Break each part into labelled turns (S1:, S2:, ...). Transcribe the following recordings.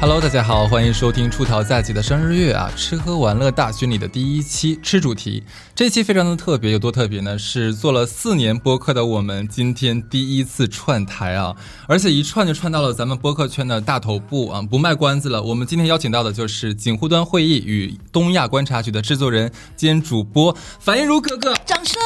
S1: Hello，大家好，欢迎收听出逃在即的生日月啊，吃喝玩乐大巡礼的第一期吃主题。这期非常的特别，有多特别呢？是做了四年播客的我们，今天第一次串台啊，而且一串就串到了咱们播客圈的大头部啊，不卖关子了。我们今天邀请到的就是警护端会议与东亚观察局的制作人兼主播樊一茹哥哥。
S2: 掌声！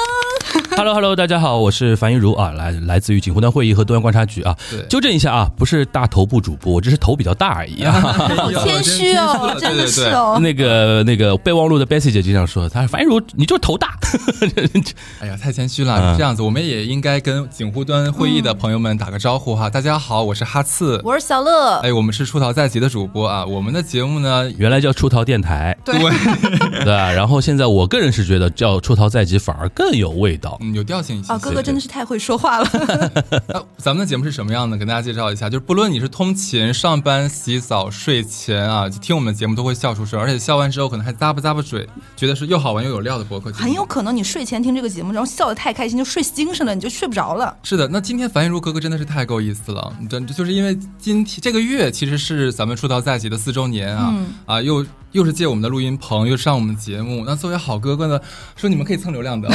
S3: Hello Hello，大家 好，我是樊玉茹啊，来来自于锦湖端会议和东阳观察局啊
S1: 对，
S3: 纠正一下啊，不是大头部主播，只是头比较大而已 啊。
S1: 好
S2: 好谦虚哦，真的是。哦。
S3: 那个那个备忘录的 Bessy 姐经常说，她说樊玉茹你就是头大，
S1: 哎呀，太谦虚了。
S3: 嗯
S1: 这样子，我们也应该跟警护端会议的朋友们打个招呼哈。大家好，我是哈刺。
S2: 我是小乐，
S1: 哎，我们是出逃在即的主播啊。我们的节目呢，
S3: 原来叫出逃电台，
S2: 对
S3: 对吧？然后现在我个人是觉得叫出逃在即反而更有味道。
S1: 嗯，有调性一些。
S2: 哦，哥哥真的是太会说话了。
S1: 那咱们的节目是什么样的？跟大家介绍一下，就是不论你是通勤、上班、洗澡、睡前啊，就听我们的节目都会笑出声，而且笑完之后可能还咂吧咂吧嘴，觉得是又好玩又有料的博客节目。
S2: 很有可能你睡前听这个节目，然后笑得太开心，就睡精神了，你就睡不着 了。
S1: 是的，那今天樊一茹哥哥真的是太够意思了，真就是因为今天这个月其实是咱们出道在即的四周年啊，
S2: 嗯
S1: 啊又又是借我们的录音棚，又上我们节目，那作为好哥哥呢，说你们可以蹭流 量的，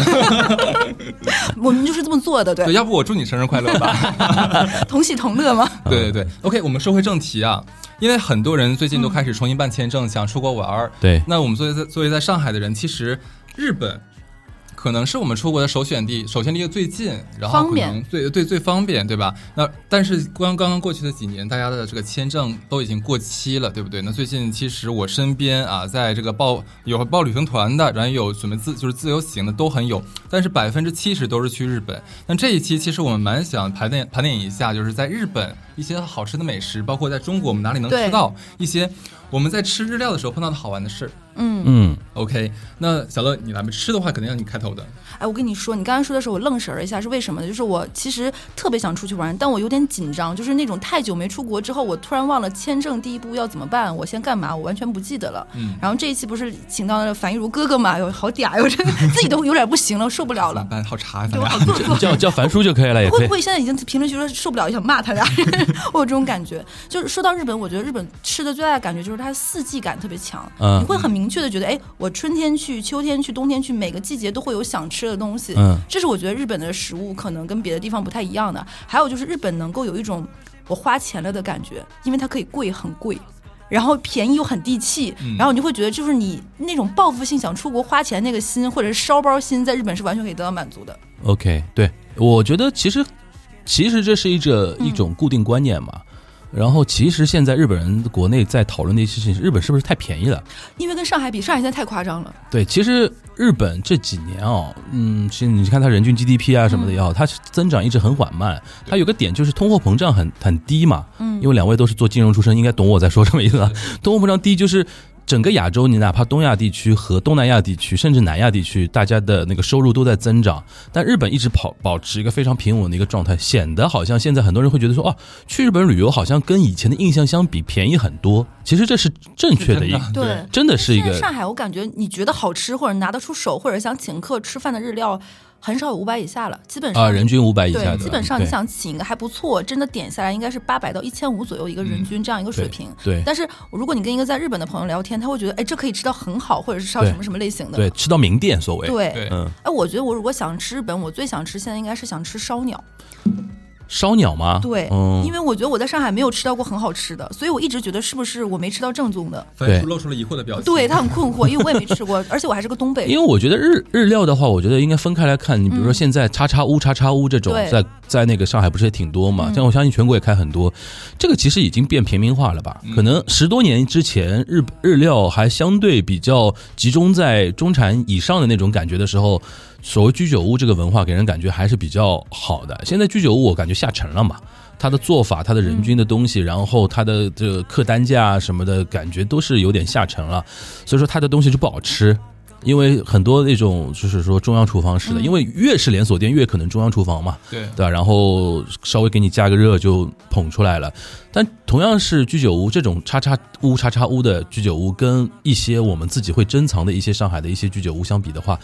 S2: 我们就是这么做的，
S1: 对，
S2: 对，
S1: 要不我祝你生日快乐吧，
S2: 同喜同乐嘛。
S1: 对对对，OK，我们说回正题啊，因为很多人最
S2: 嗯
S1: 近都开始重新办签证，想出国玩儿，
S3: 对，
S1: 那我们作为在作为在上海的人，其实日本可能是我们出国的首选地，首选地又最近，然后
S2: 方
S1: 可
S2: 便
S1: 能最对最方便，对吧？那但是刚刚刚过去的几年，大家的这个签证都已经过期了，对不对？那最近其实我身边啊，在这个报有报旅行团的，然后有准备自就是自由行的都很有，但是百分之七十都是去日本。那这一期其实我们蛮想盘点盘点一下，就是在日本一些好吃的美食，包括在中国我们哪里能
S2: 对
S1: 吃到一些我们在吃日料的时候碰到的好玩的事儿。
S2: 嗯，
S3: 嗯，
S1: OK，那小乐，你来吧。吃的话，肯定要你开头的。
S2: 哎，我跟你说，你刚才说的时候，我愣神儿一下，是为什么呢？就是我其实特别想出去玩，但我有点紧张，就是那种太久没出国之后，我突然忘了签证第一步要怎么办，我先干嘛，我完全不记得了。
S1: 嗯，
S2: 然后这一期不是请到了樊一茹哥哥嘛，哟，好嗲哟，这 自己都有点不行了，受不了
S1: 怎么
S2: 了。
S1: 办？好茶呀，
S2: 对
S1: 咱
S2: 我
S1: 俩
S2: 好做作。
S3: 嗯叫叫樊叔就可以了，
S2: 会
S3: 也可
S2: 不
S3: 以。
S2: 会现在已经评论区说受不了，想骂他俩？ 我有这种感觉。就是说到日本，我觉得日本吃的最大的感觉就是它四季感特别强，
S3: 嗯
S2: 你会很明确的觉得，哎，我春天去、秋天去、冬天去，每个季节都会有想吃的东西。
S3: 嗯
S2: 这是我觉得日本的食物可能跟别的地方不太一样的。还有就是日本能够有一种我花钱了的感觉，因为它可以贵很贵。然后便宜又很地气，
S3: 嗯
S2: 然后你就会觉得，就是你那种报复性想出国花钱那个心，或者是烧包心，在日本是完全可以得到满足的。
S3: OK，对，我觉得其实其实这是一个一种固定观念嘛。然后其实现在日本人国内在讨论的一些事情是，日本是不是太便宜了？
S2: 因为跟上海比，上海现在太夸张了。
S3: 对，其实日本这几年哦，嗯，其实你看它人均 GDP 啊什么的也好，它增长一直很缓慢。它有个点就是通货膨胀很很低嘛，嗯，因为两位都是做金融出身，应该懂我在说什么意思啊。 通货膨胀低就是整个亚洲，你哪怕东亚地区和东南亚地区，甚至南亚地区，大家的那个收入都在增长，但日本一直保保持一个非常平稳的一个状态，显得好像现在很多人会觉得说，哦，去日本旅游好像跟以前的印象相比便宜很多。其实这是正确的一
S1: 真，
S2: 对
S1: 对
S3: 真的是一
S2: 现在
S3: 个
S2: 上海，我感觉你觉得好吃或者拿得出手，或者想请客吃饭的日料，很少有五百以下了，基本上
S3: 啊，人均五百以下
S2: 对，
S3: 的，
S2: 基本上你
S3: 对
S2: 想请一个还不错，真的点下来应该是八百到一千五左右一个人均这样一个水平。
S3: 对
S2: 但是如果你跟一个在日本的朋友聊天，他会觉得，哎，这可以吃到很好，或者是吃到
S3: 对
S2: 什么什么类型的。
S3: 对，吃到名店所谓。，
S2: 对
S1: 对，
S3: 嗯，
S2: 哎，我觉得我如果想吃日本，我最想吃现在应该是想吃烧鸟。
S3: 烧鸟吗？
S2: 对，
S3: 嗯
S2: 因，为我觉得我在上海没有吃到过很好吃的，所以我一直觉得是不是我没吃到正宗的。
S1: 樊叔露出了疑惑的表情。
S2: 对他很困惑，因为我也没吃过，而且我还是个东北人。
S3: 因为我觉得日日料的话，我觉得应该分开来看。
S2: 嗯
S3: 你比如说现在叉叉屋、叉叉屋这种
S2: 对，
S3: 在在那个上海不是也挺多嘛？但我相信全国也开很多。这个其实已经变平民化了吧？可能十多年之前，日日料还相对比较集中在中产以上的那种感觉的时候，所谓居酒屋这个文化给人感觉还是比较好的。现在居酒屋我感觉下沉了嘛。它的做法、它的人均的东西，然后它的这个客单价啊什么的，感觉都是有点下沉了。所以说它的东西就不好吃，因为很多那种就是说中央厨房式的，因为越是连锁店越可能中央厨房嘛，
S1: 对
S3: 对吧？然后稍微给你加个热就捧出来了。但同样是居酒屋这种叉叉屋、叉叉屋的居酒屋，跟一些我们自己会珍藏的一些上海的一些居酒屋相比的话，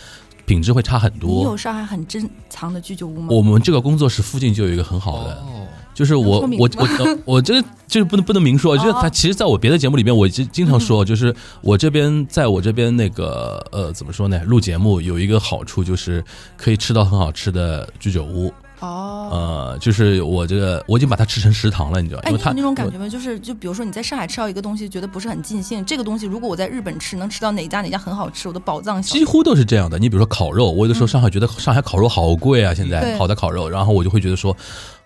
S3: 品质会差很
S2: 你有
S3: 多。
S2: 上海很珍藏的居酒屋吗？
S3: 我们这个工作室附近就有一个很好的，
S1: 哦，
S3: 就是我
S2: 能说明
S3: 我
S2: 吗
S3: 我呃我这个就是不能不能明说，就是他其实在我别的节目里面，我经经常说，就是我这边在我这边那个呃怎么说呢，录节目有一个好处就是可以吃到很好吃的居酒屋，
S2: 哦。
S3: 呃，就是我这个我已经把它吃成食堂了，你知道，
S2: 哎，
S3: 因
S2: 你
S3: 为
S2: 有
S3: 它
S2: 那种感觉吗？就是，就比如说你在上海吃到一个东西，觉得不是很尽兴，这个东西如果我在日本吃，能吃到哪家哪家很好吃，我的宝藏小
S3: 几乎都是这样的。你比如说烤肉，我有的时候上海觉得上海烤肉好贵啊，现在
S2: 嗯对
S3: 好的烤肉，然后我就会觉得说，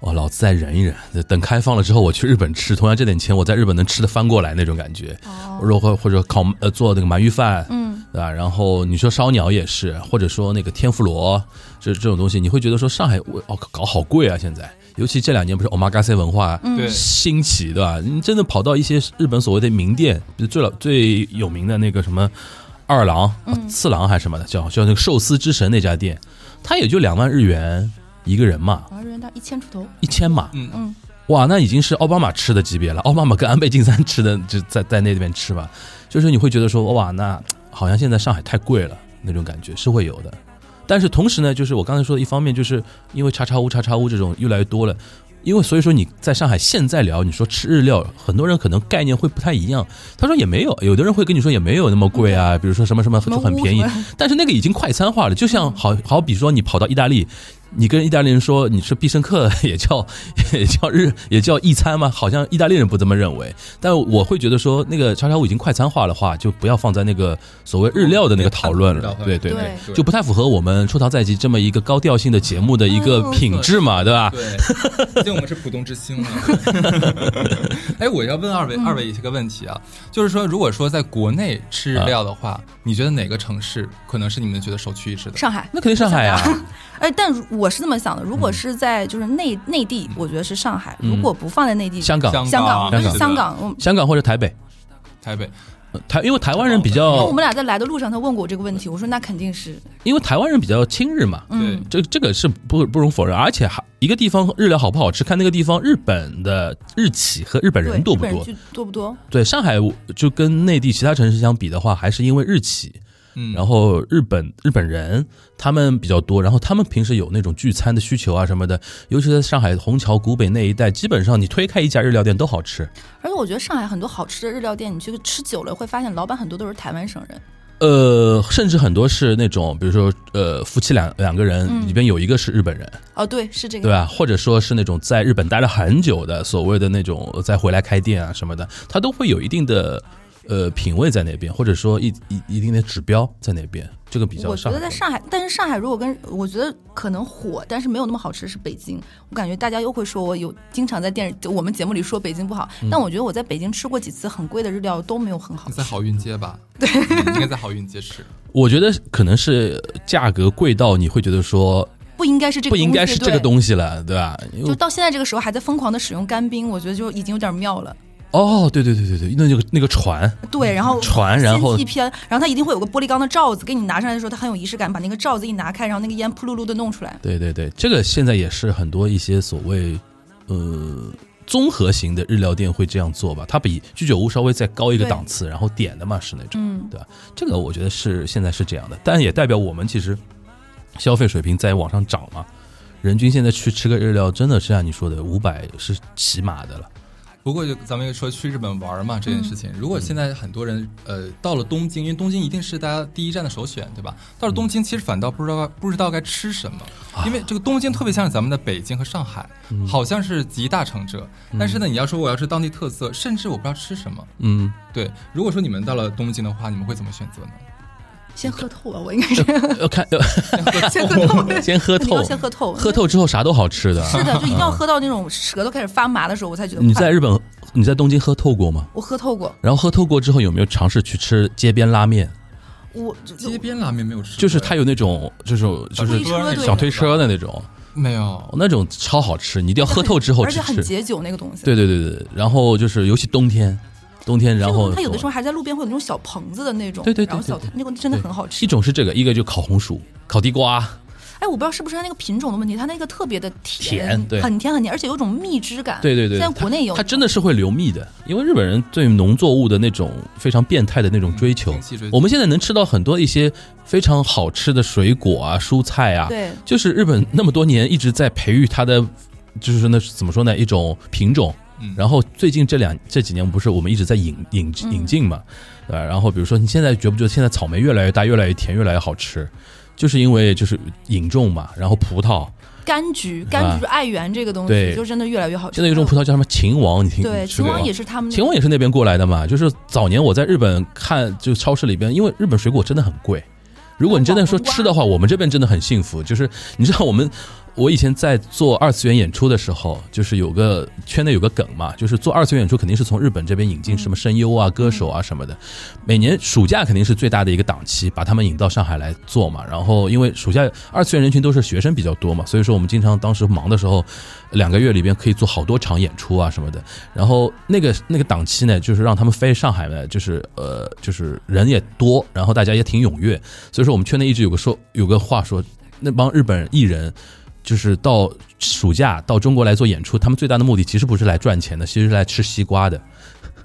S3: 哇，老子再忍一忍，等开放了之后我去日本吃，同样这点钱我在日本能吃的翻过来那种感觉。
S2: 哦
S3: 如或或者烤呃做那个鳗鱼饭，嗯，对吧？然后你说烧鸟也是，或者说那个天妇罗这这种东西，你会觉得说上海我哦搞好贵啊，现在。尤其这两年不是 omakase 文化
S1: 对
S3: 兴起，对吧？你真的跑到一些日本所谓的名店，比如最老最有名的那个什么二郎、次郎还是什么的，叫叫那个寿司之神那家店，它也就两万日元一个人嘛，
S2: 啊，日元大一千出头，
S3: 一千嘛，
S1: 嗯
S2: 嗯，
S3: 哇，那已经是奥巴马吃的级别了。奥巴马跟安倍晋三吃的就在在那边吃吧，就是你会觉得说，哇，那好像现在上海太贵了那种感觉是会有的。但是同时呢，就是我刚才说的一方面，就是因为叉叉屋、叉叉屋这种越来越多了，因为所以说你在上海现在聊，你说吃日料，很多人可能概念会不太一样。他说也没有，有的人会跟你说也没有那么贵啊，比如说什么什么
S2: 什么
S3: 就很
S2: 屋
S3: 便宜
S2: 什么，
S3: 但是那个已经快餐化了，就像好 好比说你跑到意大利。你跟意大利人说你吃必胜客 也叫也叫日也叫意餐吗？好像意大利人不这么认为，但我会觉得说那个叉叉屋已经快餐化的话，就不要放在那个所谓日料的那个讨论了。对对
S2: 对
S3: 就不太符合我们出逃在即这么一个高调性的节目的一个
S2: 嗯
S3: 品质嘛，对吧？
S1: 对，毕竟我们是浦东之星 嘛。哎，我要问二位，二位一个问题啊，就是说，如果说在国内吃日料的话，你觉得哪个城市可能是你们觉得首屈一指的？
S2: 上海。
S3: 那肯定上海啊呀、
S2: 哎，但如我是这么想的，如果是在就是内内地，我觉得是上海；如果不放在内地，
S3: 嗯香港、啊
S2: 香港，
S1: 港、
S2: 但
S3: 香
S2: 是香港，我
S3: 香港或者台北，
S1: 台北，
S3: 呃台因为台湾人比
S2: 哦因为我
S3: 较，
S2: 们俩在来的路上，他问过我这个问题，我说那肯定是，
S3: 因为台湾人比较亲日嘛，
S1: 对
S2: 嗯，
S3: 这这个是不不容否认，而且还一个地方日料好不好吃，看那个地方日本的日企和日本
S2: 对，
S3: 人多不
S2: 日本
S3: 多。
S2: 人多不多？
S3: 对上海我就跟内地其他城市相比的话，还是因为日企，
S1: 嗯，
S3: 然后日本日本人他们比较多，然后他们平时有那种聚餐的需求啊什么的，尤其在上海虹桥、古北那一带，基本上你推开一家日料店都好吃。
S2: 而且我觉得上海很多好吃的日料店，你去吃久了会发现，老板很多都是台湾省人。
S3: 呃，甚至很多是那种，比如说，呃，夫妻两两个人里边有一个是日本人，
S2: 哦，对，是这个，
S3: 对吧？或者说是那种在日本待了很久的，所谓的那种呃再回来开店啊什么的，他都会有一定的呃品味在那边，或者说一一一定的指标在那边，这个比较
S2: 我觉
S3: 上
S2: 得
S3: 海
S2: 在
S3: 人。
S2: 上海，但是上海如果跟我觉得可能火，但是没有那么好吃是北京。我感觉大家又会说我有经常在电视我们节目里说北京不好，
S3: 嗯
S2: 但我觉得我在北京吃过几次很贵的日料都没有很好
S1: 你
S2: 吃。
S1: 在好运街吧？对，应该在好运街吃。
S3: 我觉得可能是价格贵到你会觉得说
S2: 不应该是这个
S3: 不
S2: 东西，
S3: 应该是这个
S2: 对
S3: 东西了，对吧？因
S2: 就
S3: 为
S2: 到现在这个时候还在疯狂的使用干冰，我觉得就已经有点妙了。
S3: 哦，对对对对对，那就那个船，
S2: 对，然后
S3: 船嗯然后
S2: 先气偏，然后它一定会有个玻璃缸的罩子，给你拿上来的时候，它很有仪式感，把那个罩子一拿开，然后那个烟扑噜噜的弄出来。
S3: 对对对，这个现在也是很多一些所谓呃综合型的日料店会这样做吧，它比居酒屋稍微再高一个
S2: 对
S3: 档次，然后点的嘛是那种，
S2: 嗯
S3: 对吧？这个我觉得是现在是这样的，但也代表我们其实消费水平在往上涨嘛。人均现在去吃个日料，真的是像你说的，五百是起码的了。
S1: 不过就咱们又说去日本玩嘛
S3: 嗯
S1: 这件事情，如果现在很多人呃到了东京，因为东京一定是大家第一站的首选，对吧？到了东京，其实反倒不知道不知道该吃什么，
S3: 啊
S1: 因为这个东京特别像是咱们的北京和上海，
S3: 嗯
S1: 好像是集大成者。但是呢，你要说我要吃当地特色，甚至我不知道吃什么。
S3: 嗯，
S1: 对，如果说你们到了东京的话，你们会怎么选择呢？
S2: 先喝透吧，我应该是
S3: 要看
S2: 先喝透。
S3: 先喝
S2: 你要
S3: 透，
S2: 先喝透，
S3: 喝透之后啥都好吃的。啊
S2: 是的，就一定 要喝到那种舌头开始发麻的时候，我才觉得
S3: 你
S2: 快
S3: 在日本，你在东京喝透过吗？
S2: 我喝透过，
S3: 然后喝透过之后，有没有尝试去吃街边拉面？
S2: 我
S1: 街边拉面没有吃过，
S3: 就是它有那种，就是就是
S2: 推车那种
S3: 小推车的那种，
S1: 没有。
S3: 那种超好吃，你一定要喝透之后
S2: 而
S3: 去
S2: 且很
S3: 吃。
S2: 解酒那个东西。
S3: 对对对对，对然后就是尤其冬天，冬天然后
S2: 它有的时候还在路边会有那种小棚子的那种，
S3: 对对对
S2: 然后小
S3: 对
S2: 那个真的很好吃
S3: 一。种是这个，一个就烤红薯、烤地瓜，
S2: 哎，我不知道是不是它那个品种的问题，它那个特别的
S3: 甜对
S2: 很甜很甜，而且有一种蜜汁感。
S3: 对对对，
S2: 现在国内有
S3: 它它真的是会流蜜的，因为日本人对农作物的那种非常变态的那种追求
S1: 嗯精细追。求
S3: 我们现在能吃到很多一些非常好吃的水果啊、蔬菜啊，
S2: 对
S3: 就是日本那么多年一直在培育它的就是说呢，怎么说呢，一种品种。然后最近这两这几年不是我们一直在引引
S2: 嗯
S3: 引进嘛，对吧？然后比如说你现在觉不觉得现在草莓越来越大，越来越甜，越来越好吃，就是因为就是引种嘛。然后葡萄
S2: 柑橘，柑橘爱媛这个东
S3: 对
S2: 西就真的越来越好吃。
S3: 现在有一种葡萄叫什么秦王，你听
S2: 对，
S3: 你吃
S2: 秦
S3: 过吗
S2: 王也是他们那个
S3: 秦王也是那边过来的嘛，就是早年我在日本看，就超市里边，因为日本水果真的很贵。如果你真的说吃的话，我们这边真的很幸福。就是你知道我们， 我以前在做二次元演出的时候，就是有个圈内有个梗嘛，就是做二次元演出肯定是从日本这边引进什么声优啊、歌手啊什么的。每年暑假肯定是最大的一个档期，把他们引到上海来做嘛。然后因为暑假二次元人群都是学生比较多嘛，所以说我们经常当时忙的时候，两个月里边可以做好多场演出啊什么的。然后那个那个档期呢，就是让他们飞上海呢，就是呃，就是人也多，然后大家也挺踊跃，所以说我们圈内一直有个说有个话说，那帮日本艺人。就是到暑假到中国来做演出，他们最大的目的其实不是来赚钱的，其实是来吃西瓜的，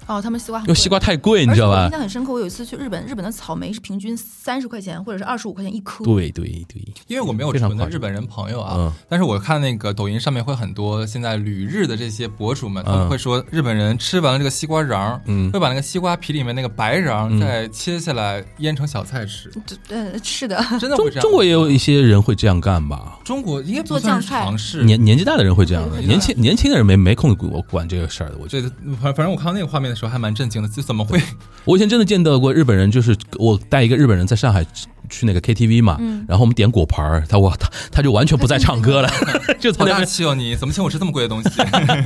S2: 哦，他们西瓜很
S3: 因为
S2: 贵
S3: 西瓜太贵，你知
S2: 而且
S3: 道
S2: 我
S3: 吧
S2: 印？象很深刻，我有一次去日本，日本的草莓是平均三十块钱或者是二十五块钱一颗。
S3: 对对对，
S1: 因为我没有
S3: 非常
S1: 纯的
S3: 夸张
S1: 日本人朋友啊，
S3: 嗯
S1: 但是我看那个抖音上面会很多现在旅日的这些博主们，他
S3: 嗯
S1: 们会说日本人吃完了这个西瓜瓤，
S3: 嗯
S1: 会把那个西瓜皮里面那个白瓤再切下来腌成小菜吃，
S2: 对，呃，是的，
S1: 真的会
S3: 中
S1: 这样。
S3: 中国也有一些人会这样干吧？
S1: 中国应该不
S2: 做
S1: 算是
S2: 酱菜
S1: 尝试。
S3: 年年纪大的人会这样的，
S1: 嗯
S3: 年轻年轻的人没没空管管这个事儿的。我觉得
S1: 对，反反正我看到那个画面的时候还蛮震惊的，就怎么会？
S3: 我以前真的见到过日本人，就是我带一个日本人在上海去去那个 KTV 嘛，然后我们点果盘儿，他哇他他就完全不再唱歌了，就在
S1: 好
S3: 那
S1: 大
S3: 边
S1: 气哦！你怎么请我吃这么贵的东西？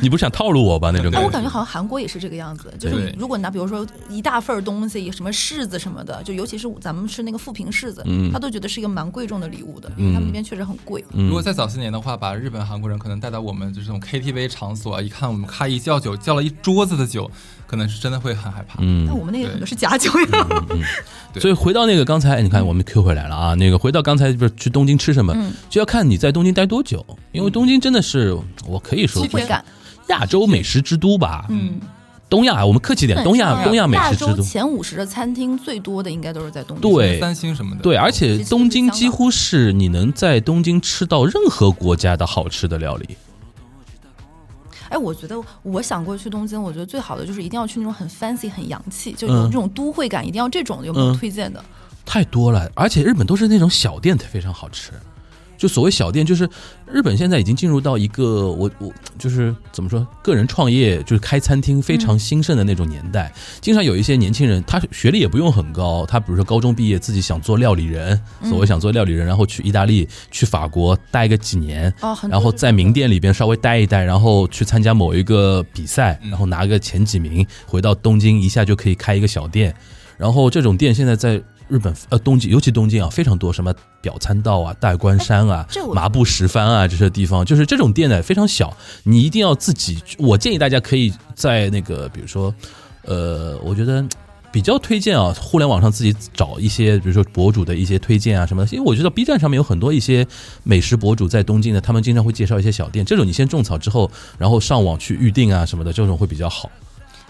S3: 你不是想套路我吧那种
S1: 对
S2: 但
S3: 感
S2: 我感
S3: 觉。
S2: 觉好像韩国也是这个样子，就是
S1: 对
S2: 你如果拿比如说一大份儿东西，什么柿子什么的，就尤其是咱们吃那个富平柿子，
S3: 嗯
S2: 他都觉得是一个蛮贵重的礼物的，因为他们那边确实很贵。
S1: 如果在早些年的话，把日本、韩国人可能带到我们就是这种 KTV 场所啊，一看我们咔一叫酒，叫了一桌子的酒，可能是真的会很害怕。
S3: 嗯
S2: 但我们那个很多是假酒呀，
S1: 对
S3: 所以回到那个刚才，哎
S2: 嗯
S3: 你看我们 Q 回来了啊，那个回到刚才不是去东京吃什么，就要看你在东京待多久，因为东京真的是我可以说
S2: 体会感。
S3: 亚洲美食之都吧，
S2: 嗯，
S3: 东亚我们客气点，东
S2: 对
S3: 亚东亚美食之
S2: 亚洲
S3: 都。
S2: 前五十的餐厅最多的应该都是在东京。
S3: 对，
S1: 三星什么的，
S3: 对，而且
S2: 其实
S3: 东
S2: 是
S3: 京
S2: 香港
S3: 几乎是你能在东京吃到任何国家的好吃的料理。
S2: 哎，我觉得我想过去东京，我觉得最好的就是一定要去那种很 fancy、很洋气，就有
S3: 嗯
S2: 这种都会感，一定要这种的。有没有
S3: 嗯
S2: 推荐的？
S3: 太多了，而且日本都是那种小店非常好吃。就所谓小店，就是日本现在已经进入到一个我我就是怎么说，个人创业就是开餐厅非常兴盛的那种年代。经常有一些年轻人，他学历也不用很高，他比如说高中毕业，自己想做料理人，所谓想做料理人，然后去意大利、去法国待个几年，
S2: 哦，很多
S3: 然后
S2: 这
S3: 在
S2: 种
S3: 名店里边稍微待一待，然后去参加某一个比赛，然后拿个前几名，回到东京一下就可以开一个小店。然后这种店现在在日本呃东京，尤其东京啊，非常多，什么表参道啊、大关山
S2: 哎
S3: 啊
S2: 这、我
S3: 麻布十番啊这些地方，就是这种店呢非常小，你一定要自己。我建议大家可以在那个比如说，呃，我觉得。嗯比较推荐啊，互联网上自己找一些，比如说博主的一些推荐啊什么的，因为我知道 B 站上面有很多一些美食博主在东京呢，他们经常会介绍一些小店，这种你先种草之后，然后上网去预定啊什么的，这种会比较好。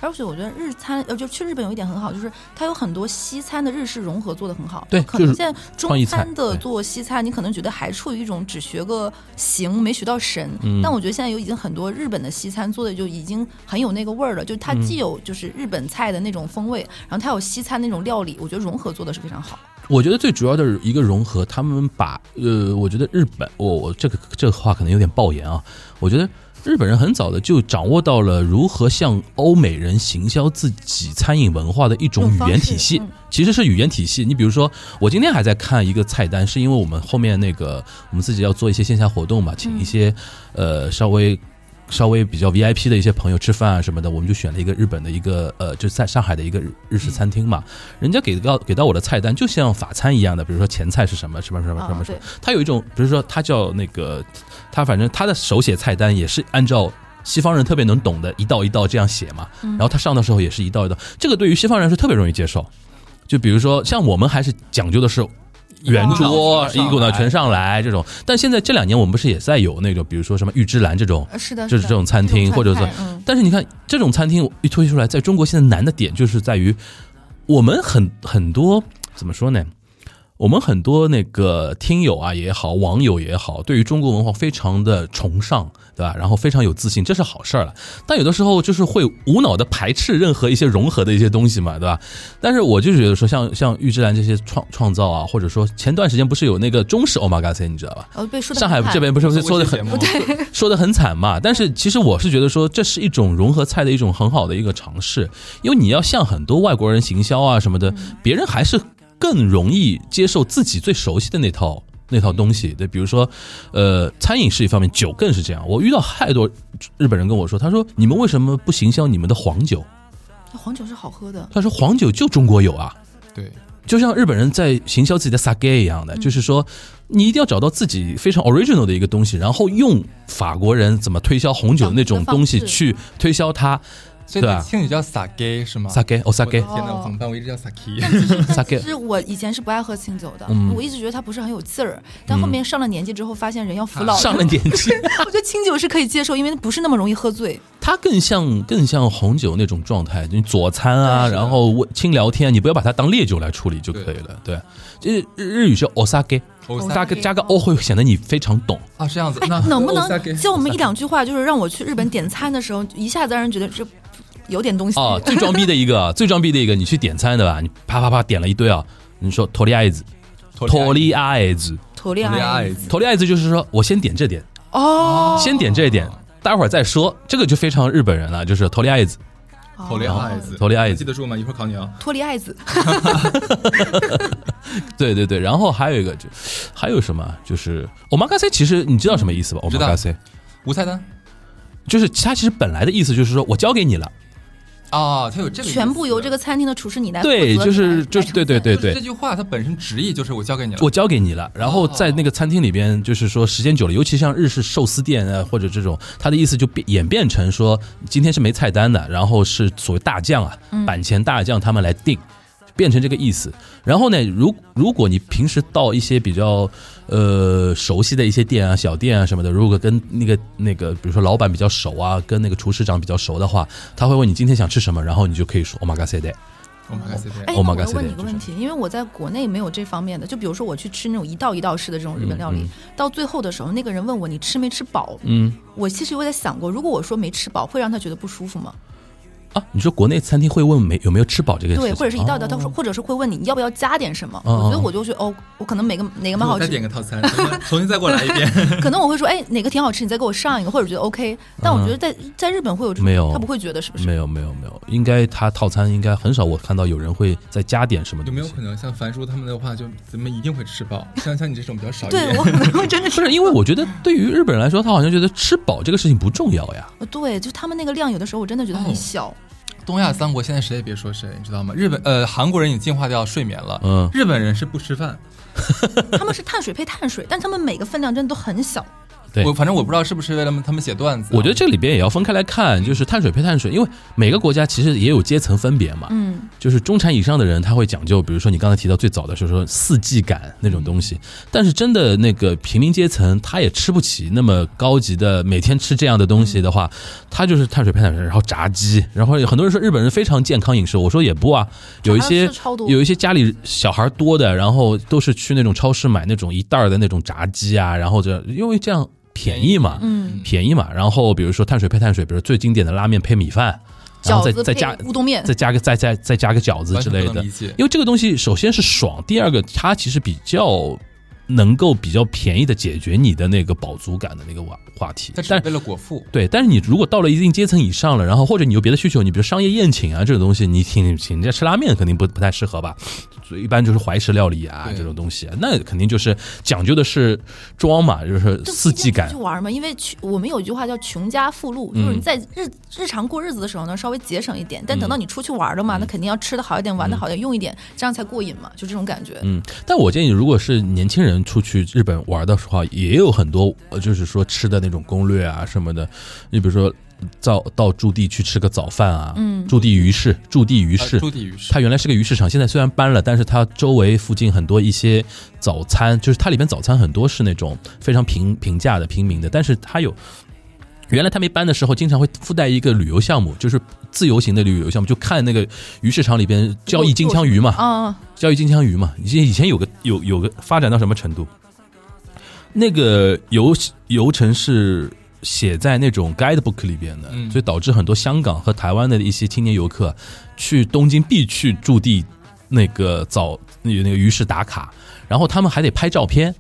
S2: 而且我觉得日餐，呃，就去日本有一点很好，就是它有很多西餐的日式融合做的很好。
S3: 对
S2: 可
S3: 就是
S2: 能现在
S3: 创意
S2: 中
S3: 菜
S2: 餐的
S3: 对
S2: 做西餐，你可能觉得还处于一种只学个形没学到神。
S3: 嗯
S2: 但我觉得现在有已经很多日本的西餐做的就已经很有那个味儿了，就它
S3: 嗯
S2: 既有就是日本菜的那种风味，然后它有西餐那种料理，我觉得融合做的是非常好。
S3: 我觉得最主要的一个融合，他们把呃，我觉得日本，我、我这个这个话可能有点爆言啊，我觉得日本人很早的就掌握到了如何向欧美人行销自己餐饮文化的一种语言体系，
S2: 一种方式嗯
S3: 其实是语言体系。你比如说，我今天还在看一个菜单，是因为我们后面那个我们自己要做一些线下活动嘛，请一些、呃稍微。稍微比较 VIP 的一些朋友吃饭啊什么的，我们就选了一个日本的一个呃，就是在上海的一个日日式餐厅嘛。人家给到给到我的菜单就像法餐一样的，比如说前菜是什么什么什么
S2: 啊
S3: 什么什么
S2: 对，
S3: 他有一种，比如说他叫那个，他反正他的手写菜单也是按照。西方人特别能懂的，一道一道这样写嘛，然后他上的时候也是一道一道，这个对于西方人是特别容易接受。就比如说像我们还是讲究的是圆桌，
S1: 嗯
S3: 一股脑全上来这种，但现在这两年我们不是也在有那种，比如说什么玉之兰这种，
S2: 呃，是的，
S3: 就是这种餐厅，或者说
S2: 说，嗯，
S3: 但是你看这种餐厅一推出来，在中国现在难的点就是在于，我们很很多怎么说呢？我们很多那个听友啊也好，网友也好，对于中国文化非常的崇尚，对吧？然后非常有自信，这是好事儿了。但有的时候就是会无脑的排斥任何一些融合的一些东西嘛，对吧？但是我就觉得说像，像像玉之兰这些创创造啊，或者说前段时间不是有那个中式 Omakase，你知道吧？
S2: 然后被嗯哦说的
S3: 上海这边不是说的很
S1: 不对，
S3: 说的很惨嘛，但是其实我是觉得说，这是一种融合菜的一种很好的一个尝试，因为你要向很多外国人行销啊什么的，别人还是更容易接受自己最熟悉的那套那套东西。对，比如说，呃，餐饮是一方面，酒更是这样。我遇到太多日本人跟我说，他说你们为什么不行销你们的黄酒？
S2: 黄酒是好喝的，
S3: 他说黄酒就中国有啊。
S1: 对，
S3: 就像日本人在行销自己的 sake
S2: 嗯
S3: 一样的，就是说，你一定要找到自己非常 original 的一个东西，然后用法国人怎么推销红酒的那种东西
S2: 方式
S3: 去推销它。
S1: 所
S3: 对啊
S1: 以青女叫 sake 是吗
S3: sake 哦
S1: 我的
S3: sake
S1: 天哪，
S2: 哦
S1: 我怎么办？我一直叫 sake。
S3: sake
S2: 是我以前是不爱喝清酒的，
S3: 嗯
S2: 我一直觉得它不是很有劲儿。但后面上了年纪之后，发现人要服老，
S3: 上了年 纪，
S2: 我觉得清酒是可以接受，因为不是那么容易喝醉。
S3: 它更像更像红酒那种状态，就你佐餐啊，然后我轻聊天，啊你不要把它当烈酒来处理就可以了。对，这日日语叫 osake，
S1: Osake
S3: 大哦概加个 o 会显得你非常 懂。
S1: 啊，这样子，那
S2: 哎能不能
S1: Osake
S2: 教我们一两句话，就是让我去日本点餐的时候，一下子让人觉得这有点东西。
S3: 啊，最装逼的一个，啊，最装逼的一个，你去点餐的吧，你啪啪啪点了一堆啊，你说托利埃子，托利埃子，
S2: 头恋
S1: 恋
S2: 爱
S1: 爱子
S3: 托利埃子就是说我先点这点，
S2: 哦，
S3: 先点这一点，待会儿再说，这个就非常日本人了，就是托利埃子，
S1: 头恋爱子，
S3: 头恋哦爱子
S1: 你记得住吗？一会儿考你啊。
S2: 脱离爱子，
S3: 对对对，然后还有一个就还有什么就是 omakase，其实你知道什么意思吧
S1: 知道
S3: ？omakase
S1: 无菜单
S3: 就是它其实本来的意思就是说我交给你了，
S1: 啊，它有这个意思
S2: 全部由这个餐厅的厨师你
S1: 哎
S2: 来负责
S3: 对，就是
S2: 来
S3: 就是对对对
S1: 就是这
S3: 对。
S1: 句话它本身直译就是我交给你了。
S3: 我交给你了，然
S2: 哦
S3: 后在那个餐厅里边，就是说时间久了，尤其像日式寿司店啊，或者这种，它的意思就变演变成说，今天是没菜单的，然后是所谓大将啊，
S2: 嗯
S3: 板前大将他们来定，变成这个意思。然后呢，如如果你平时到一些比较呃熟悉的一些店啊、小店啊什么的，如果跟那个那个，比如说老板比较熟啊，跟那个厨师长比较熟的话，他会问你今天想吃什么，然后你就可以说哦 omakase day。
S1: 我们开始
S2: 哎，
S1: 对
S2: 那我
S3: Omakase
S2: 要问你
S3: 的
S2: 一个
S3: 这
S2: 问题，因为我在国内没有这方面的，就比如说我去吃那种一道一道式的这种日本料理，到最后的时候，那个人问我你吃没吃饱，
S3: 嗯
S2: 我其实我在想过，如果我说没吃饱，会让他觉得不舒服吗？
S3: 啊，你说国内餐厅会问没有没有吃饱这个事情，
S2: 对，或者是一道一道，他
S3: 哦
S2: 说，或者是会问你你要不要加点什么？
S3: 哦
S2: 我觉得
S3: 哦
S2: 我就觉得哦，我可能每个哪个蛮好
S1: 我再
S2: 吃
S1: 点，个套 餐，重新重新再过来一遍。
S2: 可能我会说哎哪个挺好吃，你再给我上一个，或者觉得 OK。但我觉得在在日本会有这种
S3: 嗯没有
S2: 他不会觉得是不是？
S3: 没有没有没有，应该他套餐应该很少，我看到有人会再加点什么
S1: 有
S3: 东西。
S1: 没有可能像樊叔他们的话，就咱们一定会吃饱？像像你这种比较少一
S2: 对
S1: 点。
S2: 我可能真的
S3: 不是因为我觉得对于日本人来说，他好像觉得吃饱这个事情不重要呀。
S2: 对，就他们那个量，有的时候我真的觉得很
S1: 哦
S2: 小。
S1: 东亚三国现在谁也别说谁，你知道吗？日本呃，韩国人已经进化掉睡眠了，
S3: 嗯
S1: 日本人是不吃饭。
S2: 他们是碳水配碳水，但他们每个分量真的都很小。
S3: 对
S1: 我反正我不知道是不是为了他们写段子啊、
S3: 我觉得这里边也要分开来看，就是碳水配碳水，因为每个国家其实也有阶层分别嘛。
S2: 嗯，
S3: 就是中产以上的人，他会讲究，比如说你刚才提到最早的时候说四季感那种东
S2: 嗯
S3: 西，但是真的那个平民阶层，他也吃不起那么高级的，每天吃这样的东西的话，
S2: 嗯
S3: 他就是碳水配碳水，然后炸鸡，然后有很多人说日本人非常健康饮食，我说也不啊，有一些
S2: 是超多
S3: 有一些家里小孩多的，然后都是去那种超市买那种一袋儿的那种炸鸡啊，然后这因为这样便宜嘛，
S2: 嗯，
S3: 便宜嘛，然后比如说碳水配碳水，比如最经典的拉面配米饭，然
S2: 饺
S3: 后再
S2: 子
S3: 再
S2: 配
S3: 加
S2: 乌冬面，
S3: 再加个再再再加个饺子
S1: 完
S3: 之
S1: 全不
S3: 类
S1: 能
S3: 的
S1: 理，解。
S3: 因为这个东西首先是爽，第二个它其实比较能够比较便宜的解决你的那个饱足感的那个话话题
S1: 他，只是
S3: 但
S1: 为了果腹，
S3: 对，但是你如果到了一定阶层以上了，然后或者你有别的需求，你比如商业宴请啊这种东西，你请请人家吃拉面肯定不不太适合吧，所以一般就是怀石料理啊
S1: 对
S3: 这种东西，那肯定就是讲究的是装嘛，就是
S2: 就
S3: 四季感嗯
S2: 去。玩嘛，因为去我们有一句话叫“穷家富路”，就是你在日日常过日子的时候呢，稍微节省一点，但等到你出去玩了
S3: 嗯
S2: 嘛，那肯定要吃的好一点，玩的好一点，用一点，这样才过瘾嘛，就这种感觉。
S3: 嗯，但我建议，如果是年轻人出去日本玩的话，也有很多呃，就是说吃的那种攻略啊什么的。你比如说到到驻地去吃个早饭啊，嗯，驻地鱼市，啊驻地鱼
S1: 呃
S3: 市，
S1: 朱棣于是
S3: 它原来是个鱼市场，现在虽然搬了，但是它周围附近很多一些早餐，就是它里边早餐很多是那种非常平平价的平民的，但是它有原来他没搬的时候，经常会附带一个旅游项目，就是自由行的旅游项目，就看那个鱼市场里边交易金枪鱼嘛，
S2: 啊，
S3: 交易金枪鱼嘛。以前以前有个有有个发展到什么程度？那个游游程是写在那种 guidebook 里边的，
S1: 嗯
S3: 所以导致很多香港和台湾的一些青年游客去东京必去驻地那个早那个那个鱼市打卡，然后他们还得拍照片。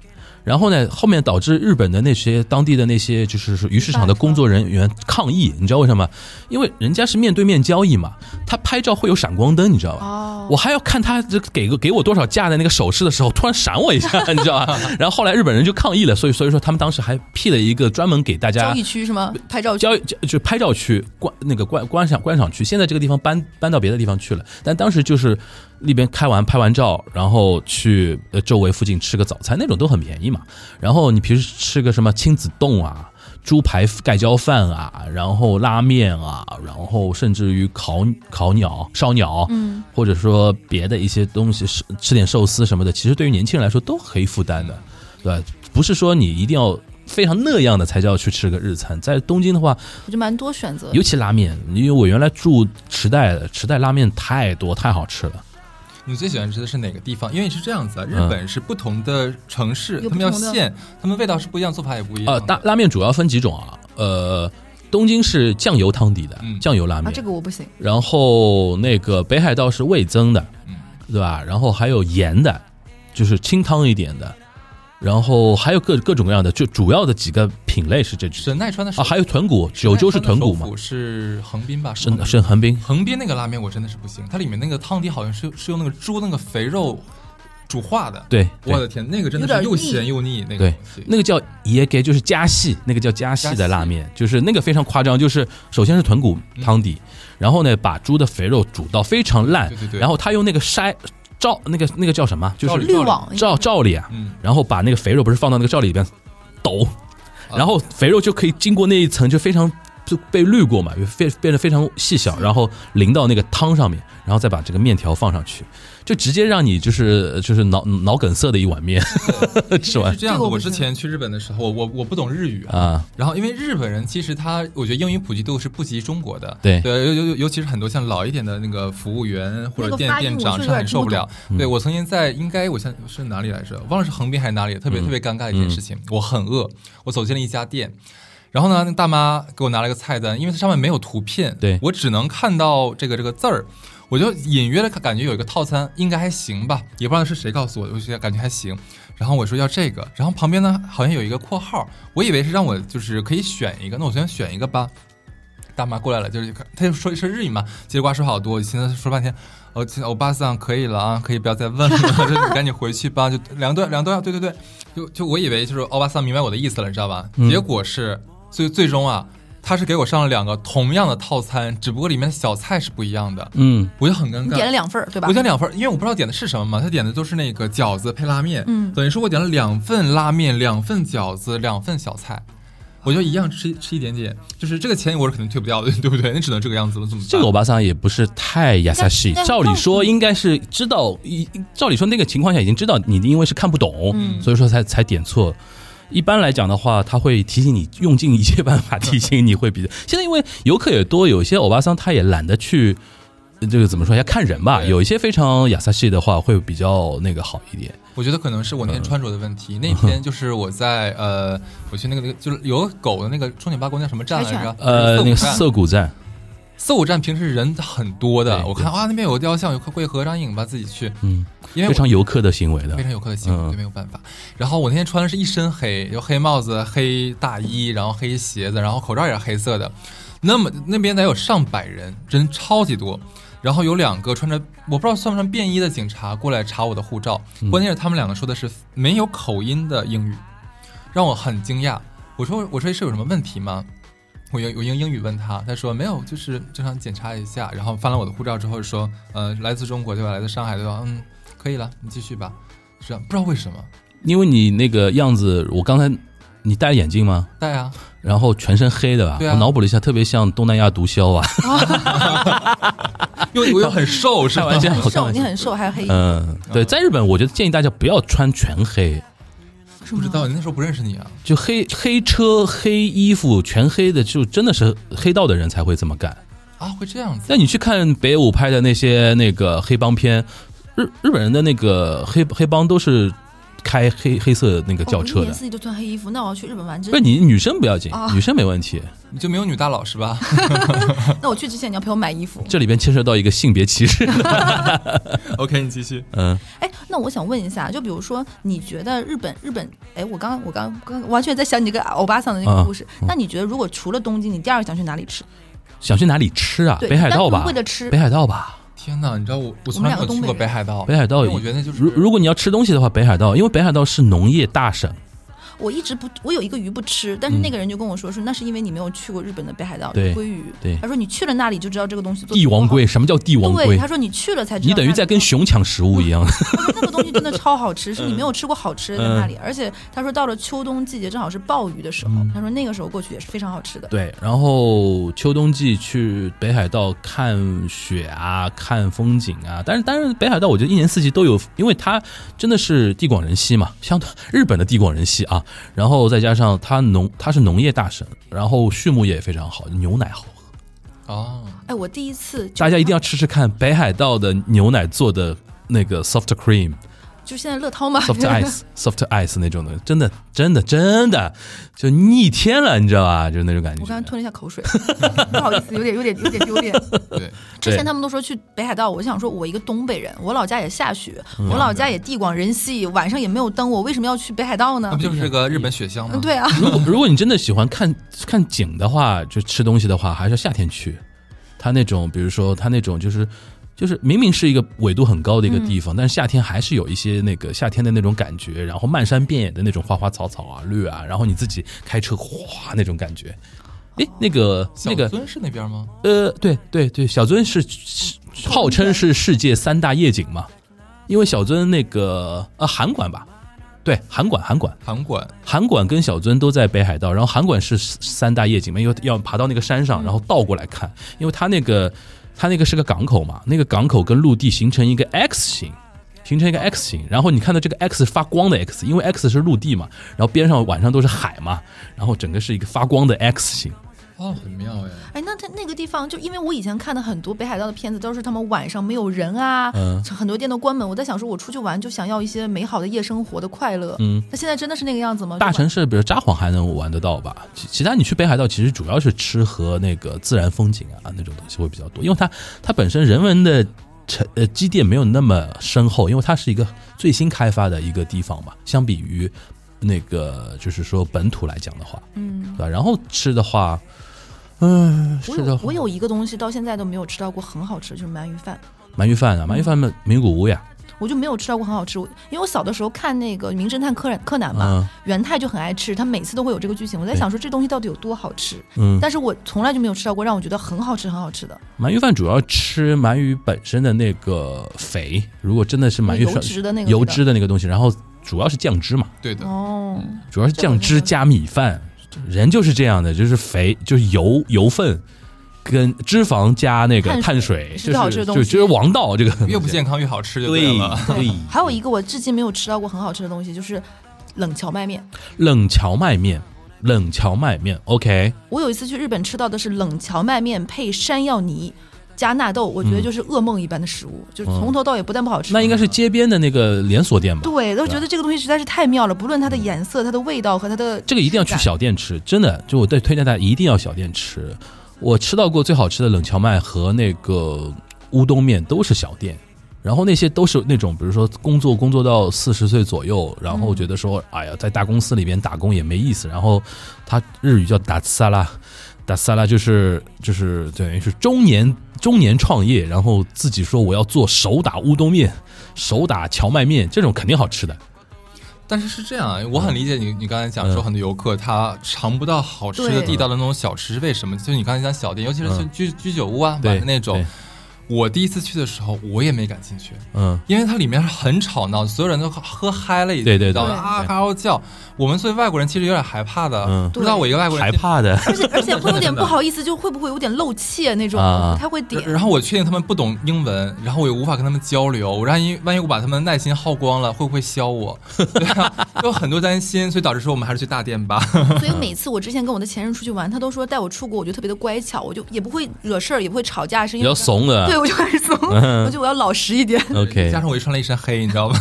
S3: 然后呢，后面导致日本的那些当地的那些就是说鱼市场的工作人员抗议，你知道为什么？因为人家是面对面交易嘛，他拍照会有闪光灯，你知道吧？
S2: 哦
S3: 我还要看他这给个给我多少价的那个手势的时候，突然闪我一下，你知道吧？然后后来日本人就抗议了，所以所以说他们当时还辟了一个专门给大家
S2: 交易区是吗？拍照区
S3: 啊交易就就拍照区观那个观观赏观赏区，现在这个地方搬搬到别的地方去了，但当时就是那边开完拍完照，然后去呃周围附近吃个早餐，那种都很便宜嘛。然后你平时吃个什么亲子冻啊。猪排盖浇饭啊，然后拉面啊，然后甚至于烤烤鸟、烧鸟，嗯，或者说别的一些东西，吃吃点寿司什么的，其实对于年轻人来说都可以负担的。对吧，不是说你一定要非常那样的才叫去吃个日餐。在东京的话，
S2: 我觉得蛮多选择的
S3: 尤。其拉面，因为我原来住池袋的，池袋拉面太多太好吃了。
S1: 你最喜欢吃的是哪个地方？因为是这样子
S3: 嗯
S1: 啊，日本是不同的城市，
S2: 有
S1: 他们要
S2: 不同的
S1: 县，他们味道是不一样，做法也不一样。
S3: 呃，拉拉面主要分几种啊，呃，东京是酱油汤底的、
S1: 嗯
S3: 酱油拉面，
S2: 啊，这个我不行。
S3: 然后那个北海道是味增的，
S1: 嗯
S3: 对吧？然后还有盐的，就是清汤一点的，然后还有各各种各样的，就主要的几个品类是这几
S1: 神奈川的
S3: 啊，还有豚骨，
S1: 九
S3: 九州是豚骨嘛，
S1: 是横滨吧？是
S3: 是
S1: 横滨
S3: 是横滨，
S1: 横滨那个拉面我真的是不行，它里面那个汤底好像是是用那个猪那个肥肉煮化的。，
S3: 对，对
S1: 我的天，那个真的
S2: 有
S1: 是
S2: 点
S1: 又
S2: 腻
S1: 咸又腻那个
S3: 对
S1: 东西。
S3: 那个叫爷给，就是加系，那个叫加系的拉面，就是那个非常夸张，就是首先是豚骨汤底，然后呢把猪的肥肉煮到非常烂
S1: 嗯对对，对
S3: 然后他用那个筛罩那个那个叫什么，就
S1: 罩
S3: 是
S1: 里
S2: 滤网
S3: 罩罩里啊，
S1: 嗯，
S3: 然后把那个肥肉不是放到那个罩里里边抖，
S1: 啊
S3: 然后肥肉就可以经过那一层就非常。就被滤过嘛，就变变得非常细小，然后淋到那个汤上面，然后再把这个面条放上去，就直接让你就是就是脑脑梗塞的一碗面 吃完
S1: 是这样子。
S2: 这个我
S1: 我
S2: 不
S1: 之
S2: 行
S1: 前去日本的时候，我我不懂日语啊，
S3: 啊。
S1: 然后，因为日本人其实他，我觉得英语普及度是不及中国的，
S3: 对
S1: 尤尤尤尤其是很多像老一点的那个服务员或
S2: 那
S1: 者
S2: 个
S1: 店
S2: 发音
S1: 店
S2: 我
S1: 长
S2: 是
S1: 是
S2: 有点
S1: 很受
S2: 听
S1: 不
S2: 不
S1: 了。对我曾经在应该我像是哪里来着，忘了是横滨还是哪里，特别特别尴尬的一件事情。我很饿，我走进了一家店。然后呢，那大妈给我拿了个菜单，因为它上面没有图片，
S3: 对
S1: 我只能看到这个这个字儿，我就隐约的感觉有一个套餐，应该还行吧，也不知道是谁告诉我的，我就觉得感觉还行。然后我说要这个，然后旁边呢好像有一个括号，我以为是让我就是可以选一个，那我先选一个吧。大妈过来了，就是她就说是日语嘛，叽里呱啦说好多，我现在说半天，哦，亲欧巴桑可以了啊，可以不要再问了， 就是赶紧回去吧，就两段两段，对对对，就就我以为就是欧巴桑明白我的意思了，你知道吧？
S3: 嗯
S1: 结果是最最终啊，他是给我上了两个同样的套餐，只不过里面的小菜是不一样的，
S3: 嗯，
S1: 我就很尴
S2: 你
S1: 尬
S2: 点了。两份儿对吧
S1: 我？点两份儿，因为我不知道点的是什么嘛，他点的都是那个饺子配拉面，嗯，等于说我点了两份拉面，两份饺子，两份小菜，我就一样吃吃一点点，就是这个钱我是肯定退不掉的， 对不对？那只能这个样子了，怎么办？
S3: 这个欧巴桑也不是太雅萨西，
S2: 但但
S3: 照理说应该是知道，一照理说那个情况下已经知道你因为是看不懂，所以说才才点错。一般来讲的话，他会提醒你用尽一切办法提醒你会比较。现在因为游客也多，有些欧巴桑他也懒得去，呃这个怎么说要看人吧。
S1: 对
S3: 有一些非常雅萨西的话，会比较那个好一点。
S1: 我觉得可能是我那天
S3: 嗯
S1: 穿着的问题。那 天就是我在呃，我去那个那个就是有个狗的那个中柬八国那什么站来
S2: 柴
S1: 着
S2: 犬？
S3: 呃，那个
S1: 四五站
S3: 涩谷站，
S1: 四五站平时人很多的，
S3: 对
S1: 我看啊那边有个雕像，有个会合张影吧，自己去，
S3: 嗯，
S1: 因为
S3: 非
S1: 我
S3: 常游客的行为的
S1: 非，常有客的行为，
S3: 嗯
S1: 对，没有办法。然后我那天穿的是一身黑，有黑帽子、黑大衣，然后黑鞋子，然后口罩也是黑色的。那么那边得有上百人，人超级多。然后有两个穿着我不知道算不算便衣的警察过来查我的护照，
S3: 嗯
S1: 关键是他们两个说的是没有口音的英语，让我很惊讶。我说我说是有什么问题吗？我用我用英语问他，他说没有，就是正常检查一下。然后翻了我的护照之后说，呃，来自中国对吧？来自上海对吧？嗯，可以了，你继续吧。是啊，不知道为什么
S3: 因为你那个样子，我刚才你戴眼镜吗？
S1: 戴啊，
S3: 然后全身黑的吧？
S1: 对啊
S3: 我脑补了一下，特别像东南亚毒 枭啊！
S1: 因为我又很瘦，是
S3: 开
S1: 吧？
S3: 玩笑，
S2: 你
S3: 开
S2: 瘦，
S3: 玩
S2: 你
S3: 笑。
S1: 嗯
S2: 很瘦，还有黑。
S3: 嗯，对，在日本，我觉得建议大家不要穿全黑，
S2: 是
S1: 不
S2: 吗？哦
S1: 知道，那时候不认识你啊。
S3: 就黑黑车、黑衣服、全黑的，就真的是黑道的人才会这么干。
S1: 啊，会这样子
S3: 但你去看北野武拍的那些那个黑帮片，日日本人的那个黑 黑帮都是开黑黑色那个
S2: 哦
S3: 轿
S2: 我一
S3: 车
S2: 年
S3: 的。
S2: 四季都穿黑衣服，那我要去日本玩，真
S3: 不是你女生不要紧，
S2: 哦
S3: 女生没问题。
S1: 你就没有女大佬是 吧？
S2: 那我去之前你要陪我买衣服。
S3: 这里边牵涉到一个性别歧视。
S2: 哦
S1: OK，你继续。
S3: 嗯，
S2: 哎，那我想问一下，就比如说，你觉得日本日本，哎，我刚我刚刚完全在想你这个欧巴桑的那
S3: 啊
S2: 个故事。那你觉得，如果除了东京，你第二个想去哪里吃？
S3: 想去哪里吃啊？
S2: 对
S3: 北海道
S2: 单独
S3: 吧
S2: 为，了吃
S3: 北海道吧，
S1: 天哪，你知道我我从
S2: 们
S1: 来
S2: 两
S1: 没
S2: 个
S1: 有去
S2: 东
S1: 过
S2: 北人
S1: 北海道，
S3: 北海道
S1: 因为我觉得那就是
S3: 如如果你要吃东西的话，北海道，因为北海道是农业大省，
S2: 我一直不，我有一个鱼不吃，但是那个人就跟我说说，那是因为你没有去过日本的北海道
S3: 嗯对
S2: 鲑鱼。
S3: 对
S2: 他说你去了那里就知道这个东西做得
S3: 帝王
S2: 多
S3: 龟。什么叫帝王
S2: 好。对，
S3: 龟
S2: 他？说你去了才知道
S3: 你
S2: 那里。
S3: 等于在跟嗯熊抢食物一样。
S2: 他说那个东西真的超好吃，是你没有吃过好吃的在
S3: 嗯
S2: 那里。而且他说到了秋冬季节，正好是鲍鱼的时候，他说那个时候过去也是非常好吃的。
S3: 对，然后秋冬季去北海道看雪啊，看风景啊。但是，但是北海道我觉得一年四季都有，因为它真的是地广人稀嘛，相对日本的地广人稀啊。然后再加上它农，它是农业大省，然后畜牧业也非常好，牛奶好喝，
S1: 哦，
S2: 哎，我第一次就
S3: 大家一定要吃吃看北海道的牛奶做的那个 soft cream、
S2: 就现在乐涛嘛，
S3: soft ice、soft ice 那种的，真的真的真的就逆天了，你知道吧？就是那种感觉。
S2: 我刚刚吞了一下口水， 不好意思，有点有点有 点丢脸。
S1: 对，
S2: 之
S3: 对
S2: 前他们都说去北海道，我想说，我一个东北人，我老家也下雪，
S3: 嗯
S2: 我老家也地广人稀，晚上也没有灯，我为什么要去北海道
S1: 那
S2: 呢
S1: 不？就是个日本雪乡吗
S2: 嗯，？对啊，
S3: 如果如果你真的喜欢看看景的话，就吃东西的话，还是要夏天去。它那种，比如说它那种就是。就是明明是一个纬度很高的一个地
S2: 嗯
S3: 方，但是夏天还是有一些那个夏天的那种感觉，然后漫山遍野的那种花花草草啊、绿啊，然后你自己开车哗那种感觉。诶，那个那
S1: 小
S3: 个
S1: 樽是那边吗？
S3: 呃，对对对，小樽是是号称是世界三大夜景嘛，因为小樽那个呃函馆吧，对函馆函馆，
S1: 函馆
S3: 函馆跟小樽都在北海道，然后函馆是三大夜景嘛，因为要爬到那个山上，然后倒过来看，因为它那个它那个是个港口嘛，那个港口跟陆地形成一个 X 型。形成一个 X 型，然后你看到这个 X 是发光的 X，因为 X 是陆地嘛，然后边上晚上都是海嘛，然后整个是一个发光的 X 型。
S1: 哦，很妙哎。
S2: 哎，那他那个地方，就因为我以前看的很多北海道的片子，都是他们晚上没有人啊，
S3: 嗯
S2: 很多店都关门。我在想说，我出去玩就想要一些美好的夜生活的快乐。
S3: 嗯，
S2: 那现在真的是那个样子吗？
S3: 大
S2: 就晚
S3: 城市比如札幌还能玩得到吧，其其他你去北海道其实主要是吃和那个自然风景啊那种东西会比较多，因为它它本身人文的沉呃积淀没有那么深厚，因为它是一个最新开发的一个地方嘛，相比于那个就是说本土来讲的话，嗯，对吧？然后吃的话，嗯、
S2: 我
S3: 吃的
S2: 有
S3: 话
S2: 我有一个东西到现在都没有吃到过很好吃，就是鳗鱼饭，
S3: 鳗鱼饭啊，鳗鱼饭嘛，名古屋呀，
S2: 我就没有吃到过很好吃。我因为我小的时候看那个《名侦探柯南》柯南嘛，
S3: 嗯
S2: 元太就很爱吃，他每次都会有这个剧情。我在
S3: 对
S2: 想说这东西到底有多好吃，
S3: 嗯，
S2: 但是我从来就没有吃到过让我觉得很好吃很好吃的。
S3: 鳗鱼饭主要吃鳗鱼本身的那个肥，如果真的是鳗鱼
S2: 油
S3: 饭
S2: 脂的那个
S3: 油
S2: 味道
S3: 脂的那个东西，然后主要是酱汁嘛。
S1: 对的，
S2: 哦，
S3: 主要是酱汁加米饭，人就是这样的，就是肥，就是油油分跟脂肪加那个碳
S2: 碳
S3: 水，
S2: 是
S3: 就
S2: 最好吃
S3: 是
S2: 的
S3: 就
S2: 东西
S3: 就是王道这个东西
S1: 越不健康越好吃就
S3: 对
S1: 了。
S3: 对，
S2: 还有一个我至今没有吃到过很好吃的东西，就是冷荞麦面。
S3: 冷荞麦面，冷荞麦面，OK，
S2: 我有一次去日本吃到的是冷荞麦面配山药泥加纳豆，我觉得就是噩梦一般的食物，就是从头到尾不但不好吃，
S3: 那应该是街边的那个连锁店吧？
S2: 对，都觉得这个东西实在是太妙了，不论它的颜色、它的味道和它的
S3: 这个一定要去
S2: 质感。
S3: 小店吃，真的，就我对推荐大家一定要小店吃。我吃到过最好吃的冷荞麦和那个乌冬面都是小店，然后那些都是那种，比如说工作工作到四十岁左右，然后觉得说，哎呀，在大公司里边打工也没意思，然后他日语叫打萨拉，打萨拉就是就是等于是中年中年创业，然后自己说我要做手打乌冬面，手打荞麦面，这种肯定好吃的。
S1: 但是是这样啊，我很理解你，你刚才讲说
S3: 嗯
S1: 很多游客他尝不到好吃的
S2: 对
S1: 地道的那种小吃，是为什么？就是你刚才讲小店，尤其是去
S3: 嗯
S1: 居居酒屋啊买
S3: 对
S1: 的那种
S3: 对，
S1: 我第一次去的时候我也没感兴趣。
S3: 嗯，
S1: 因为它里面很吵闹，所有人都喝喝嗨了，已经
S3: 对对
S1: 你知道吗
S2: 对
S1: 啊，嘎嗷叫。我们作为外国人其实有点害怕的，
S3: 嗯
S1: 不知道我一个外国人
S3: 害怕的，
S2: 而且而且会有点不好意思，就会不会有点露怯那种，
S3: 啊
S2: 不太会点。
S1: 然后我确定他们不懂英文，然后我也无法跟他们交流。我万一万一我把他们的耐心耗光了，会不会削我？ 对啊，有很多担心，所以导致说我们还是去大店吧。
S2: 所以
S3: 嗯
S2: 每次我之前跟我的前任出去玩，他都说带我出国，我就特别的乖巧，我就也不会惹事儿，也不会吵架，是
S3: 比
S2: 因为
S3: 较
S2: 我。
S3: 怂的。
S2: 对，我就开始怂，
S3: 嗯
S2: 我就我要老实一点。
S3: OK，
S1: 加上我又穿了一身黑，你知道 吗？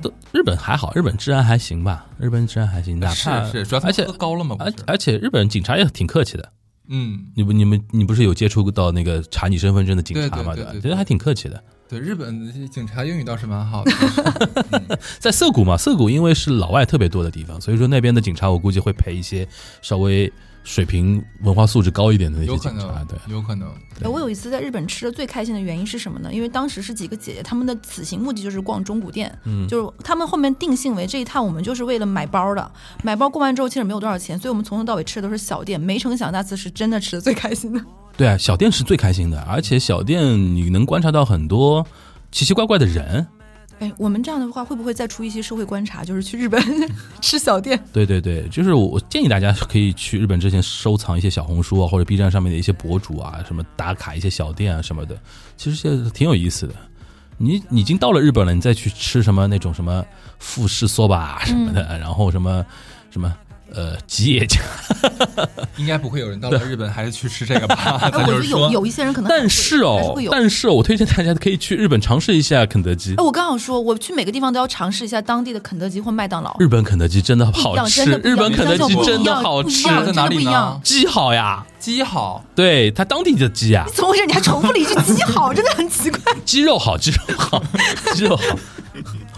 S3: 都日本还好，日本治安还行吧？日本治安还行，哪怕
S1: 是是，主要他
S3: 而
S1: 们
S3: 且
S1: 喝高了嘛，不
S3: 而
S1: 是？
S3: 而且日本警察也挺客气的。
S1: 嗯，
S3: 你不你们你不是有接触到那个查你身份证的警察
S1: 对对
S3: 嘛？
S1: 对
S3: 吧？
S1: 对
S3: 觉得还挺客气的。
S1: 对，日本警察英语倒是蛮好的。
S3: 在涩谷嘛，涩谷因为是老外特别多的地方，所以说那边的警察我估计会陪一些稍微水平、文化素质高一点的那
S1: 有
S3: 些
S1: 可
S3: 警察。
S1: 能
S3: 对，，
S1: 有可能。
S2: 哎我有一次在日本吃的最开心的原因是什么呢？因为当时是几个姐姐，她们的此行目的就是逛中古店，
S3: 嗯
S2: 就是她们后面定性为这一趟我们就是为了买包的。买包逛完之后其实没有多少钱，所以我们从头到尾吃的都是小店。没成想那次是真的吃的最开心的。
S3: 对啊，小店是最开心的，而且小店你能观察到很多奇奇怪怪的人。
S2: 哎，我们这样的话会不会再出一些社会观察？就是去日本 吃小店，
S3: 对对对，就是我我建议大家可以去日本之前收藏一些小红书啊，或者 B 站上面的一些博主啊，什么打卡一些小店啊什么的，其实这挺有意思的。你你已经到了日本了，你再去吃什么那种什么富士缩吧什么的，
S2: 嗯
S3: 然后什么什么呃吉野家，
S1: 应该不会有人到了日本还是去吃这个吧？
S2: 哎，
S1: 咱
S2: 我觉
S1: 就
S2: 得
S1: 是
S2: 有
S1: 说，
S2: 有一些人可能还
S3: 但是
S2: 会还
S3: 哦
S2: 会有，
S3: 但是哦我推荐大家可以去日本尝试一下肯德基
S2: 哎，，我刚好说，我去每个地方都要尝试一下当地的肯德基或麦当劳，
S3: 日本肯德基真的
S2: 不一
S3: 好
S2: 样，
S3: 吃
S2: 真的，不一
S3: 日
S2: 样
S3: 本肯德基
S2: 不一样
S3: 真的好
S2: 不一
S3: 吃，
S2: 样
S1: 在哪里
S2: 真的不一
S1: 呢
S2: 样
S3: 鸡好呀，
S1: 鸡好，
S3: 对它当地的鸡啊呀、
S2: 怎么回事？你还重复了一句“鸡好”，真的很奇怪。
S3: 鸡肉好，鸡肉 好，鸡肉好。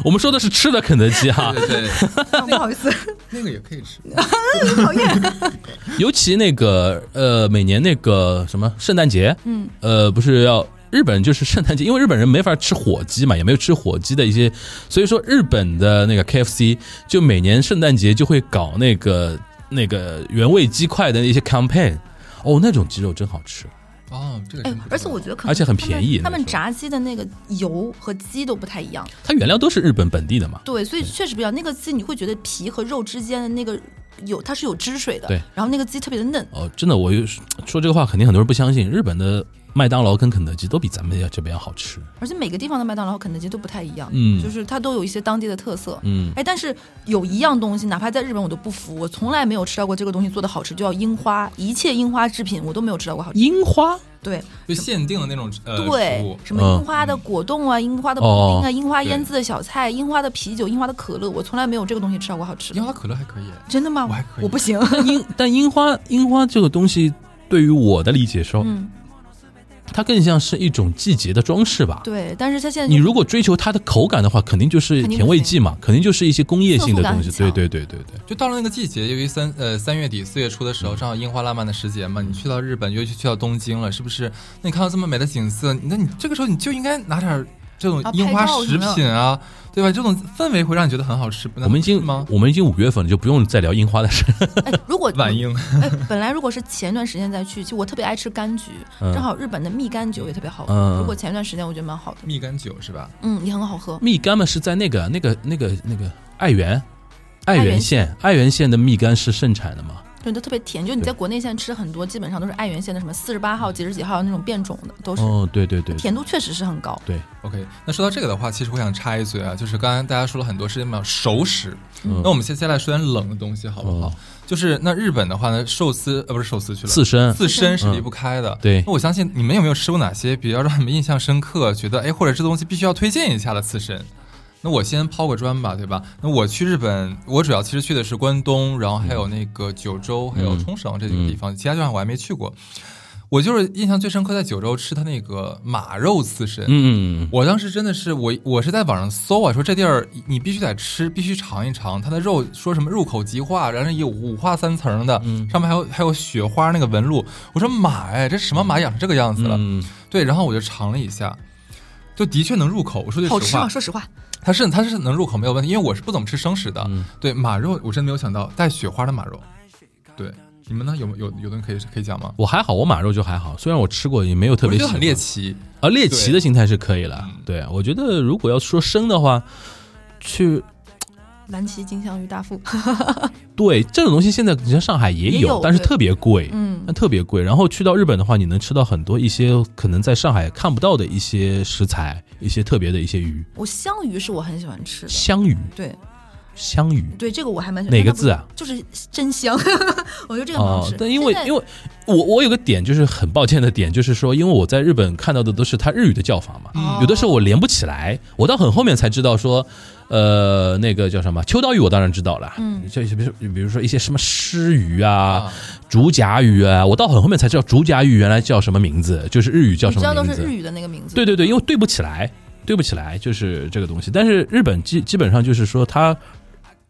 S3: 我们说的是吃的肯德基哈，
S1: 对对，对
S2: 不好意思，
S1: 那个也可以 吃。
S2: 讨厌。
S3: 尤其那个呃，每年那个什么圣诞节，嗯，呃，不是要日本就是圣诞节， 因为日本人没法吃火鸡嘛，也没有吃火鸡的一些，所以说日本的那个 KFC 就每年圣诞节就会搞那个那个原味鸡块的一些 campaign，哦，那种鸡肉真好吃，
S1: 哦，这个
S2: 哎
S1: 真不知，道
S2: 而且我觉得可能
S3: 而且很便宜
S2: 他们他
S3: 那
S2: 们
S3: 个时候
S2: 炸鸡的那个油和鸡都不太一样，
S3: 它原料都是日本本地的嘛，
S2: 对，所以确实不一样。那个鸡你会觉得皮和肉之间的那个有它是有汁水的，
S3: 对，
S2: 然后那个鸡特别的嫩。
S3: 哦，真的，我又说这个话，肯定很多人不相信。日本的麦当劳跟肯德基都比咱们要这边要好吃。
S2: 而且每个地方的麦当劳、肯德基都不太一样，
S3: 嗯
S2: 就是它都有一些当地的特色，
S3: 嗯，
S2: 哎，但是有一样东西，哪怕在日本我都不服，我从来没有吃到过这个东西做的好吃，就叫樱花，一切樱花制品我都没有吃到过好吃。
S3: 樱花
S2: 对
S1: 就限定的那种呃食
S2: 对
S1: 物，，
S2: 什么
S3: 嗯
S2: 樱花的果冻啊，樱花的布
S3: 哦
S2: 丁啊，樱花
S1: 对
S2: 腌制的小菜，樱花的啤酒，樱花的可乐，我从来没有这个东西吃到过好吃。
S1: 樱花可乐还可以，
S2: 真的吗？
S1: 我还可以哦
S2: 我不行。
S3: 樱， 但樱花樱花这个东西，对于我的理解说，
S2: 嗯，
S3: 它更像是一种季节的装饰吧。
S2: 对，但是它现在
S3: 你如果追求它的口感的话，肯定就是
S2: 肯定不
S3: 甜味剂嘛，肯定就是一些工业性的东西。
S2: 色素感嗯
S3: 对
S2: 很强
S3: 对对对对，
S1: 就到了那个季节，由于三呃三月底四月初的
S2: 嗯
S1: 时候，正好樱花烂漫的时节嘛，你去到日本，尤其去到东京了，是不是？那你看到这么美的景色，那你这个时候你就应该拿点儿这种
S2: 啊
S1: 樱花
S2: 拍照
S1: 食
S2: 什么的
S1: 品啊，对吧？这种氛围会让你觉得很好吃。不
S3: 我们已
S1: 是
S3: 经
S1: 吗？
S3: 我们已经五月份了，就不用再聊樱花的事。
S2: 哎，如果
S1: 晚樱，
S2: 哎，本来如果是前一段时间再去，其实我特别爱吃柑橘，
S3: 嗯
S2: 正好日本的蜜柑酒也特别好喝。
S3: 嗯
S2: 如果前一段时间我觉得蛮好的，
S1: 蜜柑酒是吧？
S2: 嗯，也很好喝。
S3: 蜜柑嘛是在那个那个那个那个爱媛，爱
S2: 爱
S3: 媛
S2: 媛
S3: 县爱媛县的蜜柑是盛产的嘛？
S2: 对，都特别甜。就你在国内现在吃很多，基本上都是爱媛县的什么四十八号、几十几号那种变种的，都是、
S3: 哦，对对对，对
S2: 甜度确实是很高。
S3: 对，
S1: OK，那说到这个的话，其实我想插一嘴啊，就是刚才大家说了很多事情嘛，熟食。
S3: 嗯
S1: 那我们先先来说点冷的东西好不
S2: 嗯
S1: 好？
S3: 哦
S1: 就是那日本的话呢，寿司呃不是寿司去了，
S3: 刺身
S1: 自身是
S3: 嗯
S1: 离不开的。
S3: 对
S1: 那我相信你们有没有吃过哪些比较让你们印象深刻，觉得哎，或者这东西必须要推荐一下的刺身？那我先抛个砖吧，对吧？那我去日本，我主要其实去的是关东，然后还有那个九州，还有冲绳
S3: 嗯
S1: 这几个地方，其他地方我还没去过。我就是印象最深刻，在九州吃它那个马肉刺身，
S3: 嗯，嗯，
S1: 我当时真的是我我是在网上搜啊，说这地儿你必须得吃，必须尝一尝，它的肉说什么入口即化，然后有五花三层的，
S3: 嗯
S1: 上面还有还有雪花那个纹路。我说妈呀，这什么马养成这个样子了？
S3: 嗯，
S1: 对，然后我就尝了一下，就的确能入口。我说句
S2: 好
S1: 实
S2: 吃
S1: 话
S3: 啊
S2: 吗？，说实话，
S1: 它是它是能入口没有问题，因为我是不怎么吃生食的。
S3: 嗯
S1: 对马肉，我真没有想到带雪花的马肉。对，你们呢？有有有东西可以可以讲吗？
S3: 我还好，我马肉就还好，虽然我吃过，也没有特
S1: 我
S3: 别
S1: 觉得
S3: 喜欢。
S1: 很猎奇，
S3: 啊，猎奇
S1: 对嗯
S3: 的心态是可以了。对，我觉得如果要说生的话，去
S4: 蓝鳍金枪鱼大腹，
S3: 对，这种东西现在你像上海也有，
S2: 也有
S3: 但是
S2: 对
S3: 特别贵，
S4: 嗯
S3: 但特别贵。然后去到日本的话，你能吃到很多一些可能在上海看不到的一些食材，一些特别的一些鱼，
S2: 我香鱼是我很喜欢吃的，
S3: 香鱼，
S2: 对
S3: 香鱼
S2: 对，这个我还蛮喜欢。
S3: 哪个字啊？
S2: 就是真香， 我觉得这个很
S3: 啊、
S2: 好吃。
S3: 但因为
S2: 现在
S3: 因为我我有个点就是很抱歉的点，就是说，因为我在日本看到的都是它日语的叫法嘛，有的时候我连不起来，我到很后面才知道说，呃，那个叫什么秋刀鱼，我当然知道了，嗯，就比如说比如说一些什么狮鱼啊、竹夹鱼啊，我到很后面才知道竹夹鱼原来叫什么名字，就是日语叫
S2: 你
S3: 什
S2: 知道
S3: 么
S2: 都
S3: 名
S2: 是
S3: 字啊
S2: 日，语的那个名字，
S3: 对对对，因为对不起来，对不起来就是这个东西。但是日本基基本上就是说它。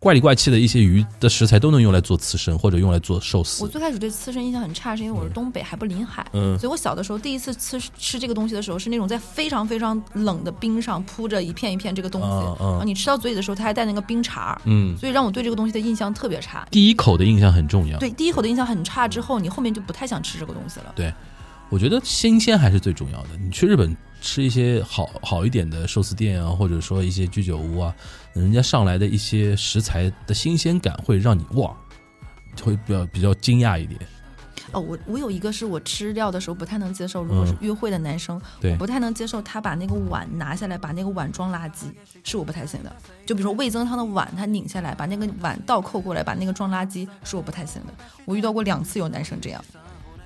S3: 怪里怪气的一些鱼的食材都能用来做刺身，或者用来做寿司。
S2: 我最开始对刺身印象很差，是因为我是东北，还不临海，
S3: 嗯
S2: 所以我小的时候第一次吃吃这个东西的时候，是那种在非常非常冷的冰上铺着一片一片这个东西，
S3: 嗯嗯
S2: 然后你吃到嘴里的时候，它还带那个冰碴儿，
S3: 嗯，
S2: 所以让我对这个东西的印象特别差。
S3: 第一口的印象很重要。
S2: 对，第一口的印象很差，之后你后面就不太想吃这个东西了。
S3: 我觉得新鲜还是最重要的。你去日本吃一些好好一点的寿司店啊，或者说一些居酒屋啊，人家上来的一些食材的新鲜感会让你哇，会比较比较惊讶一点。
S2: 哦，我我有一个是我吃料的时候不太能接受，如果是约会的男生，
S3: 嗯对
S2: 我不太能接受他把那个碗拿下来，把那个碗装垃圾，是我不太行的。就比如说味增汤的碗，他拧下来，把那个碗倒扣过来，把那个装垃圾，是我不太行的。我遇到过两次有男生这样，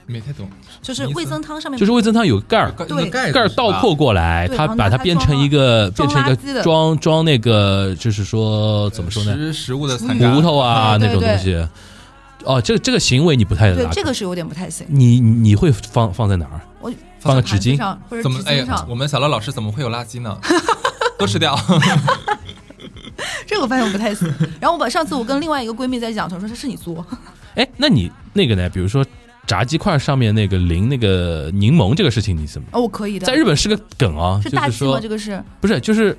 S1: 没太懂，
S2: 就是味增汤上面
S3: 就是味增汤有盖儿。
S1: 有个盖子
S3: 盖儿倒扣过来，
S2: 对
S3: 它
S2: 然后
S3: 把
S2: 拿
S3: 它
S2: 它
S3: 变成
S2: 装
S3: 一个变
S2: 装
S3: 成一
S2: 垃圾
S3: 个
S2: 的
S3: 装装那个，就是说怎么说呢，
S1: 食食物的残渣
S3: 骨头啊
S2: 嗯
S3: 那
S2: 对
S3: 种
S2: 对
S3: 东西。哦，这这个行为你不太
S2: 对
S3: 拉，
S2: 这个是有点不太行。
S3: 你你会放放在哪儿？
S2: 我
S3: 放个
S2: 盘
S3: 纸巾
S2: 子上 或者纸
S1: 怎么？哎
S2: 巾
S1: 呀
S2: 上，，
S1: 我们小乐老师怎么会有垃圾 呢？都吃掉。
S2: 这个我发现我不太行。然后我把上次我跟另外一个闺蜜在讲，她说这是你作，
S3: 哎，那你那个呢？比如说炸鸡块上面那个淋那个柠檬这个事情，你怎么？
S2: 哦，我可以的，
S3: 在日本是个梗啊，
S2: 是
S3: 就
S2: 大
S3: 是
S2: 忌吗？
S3: 说
S2: 这个是
S3: 不是就是。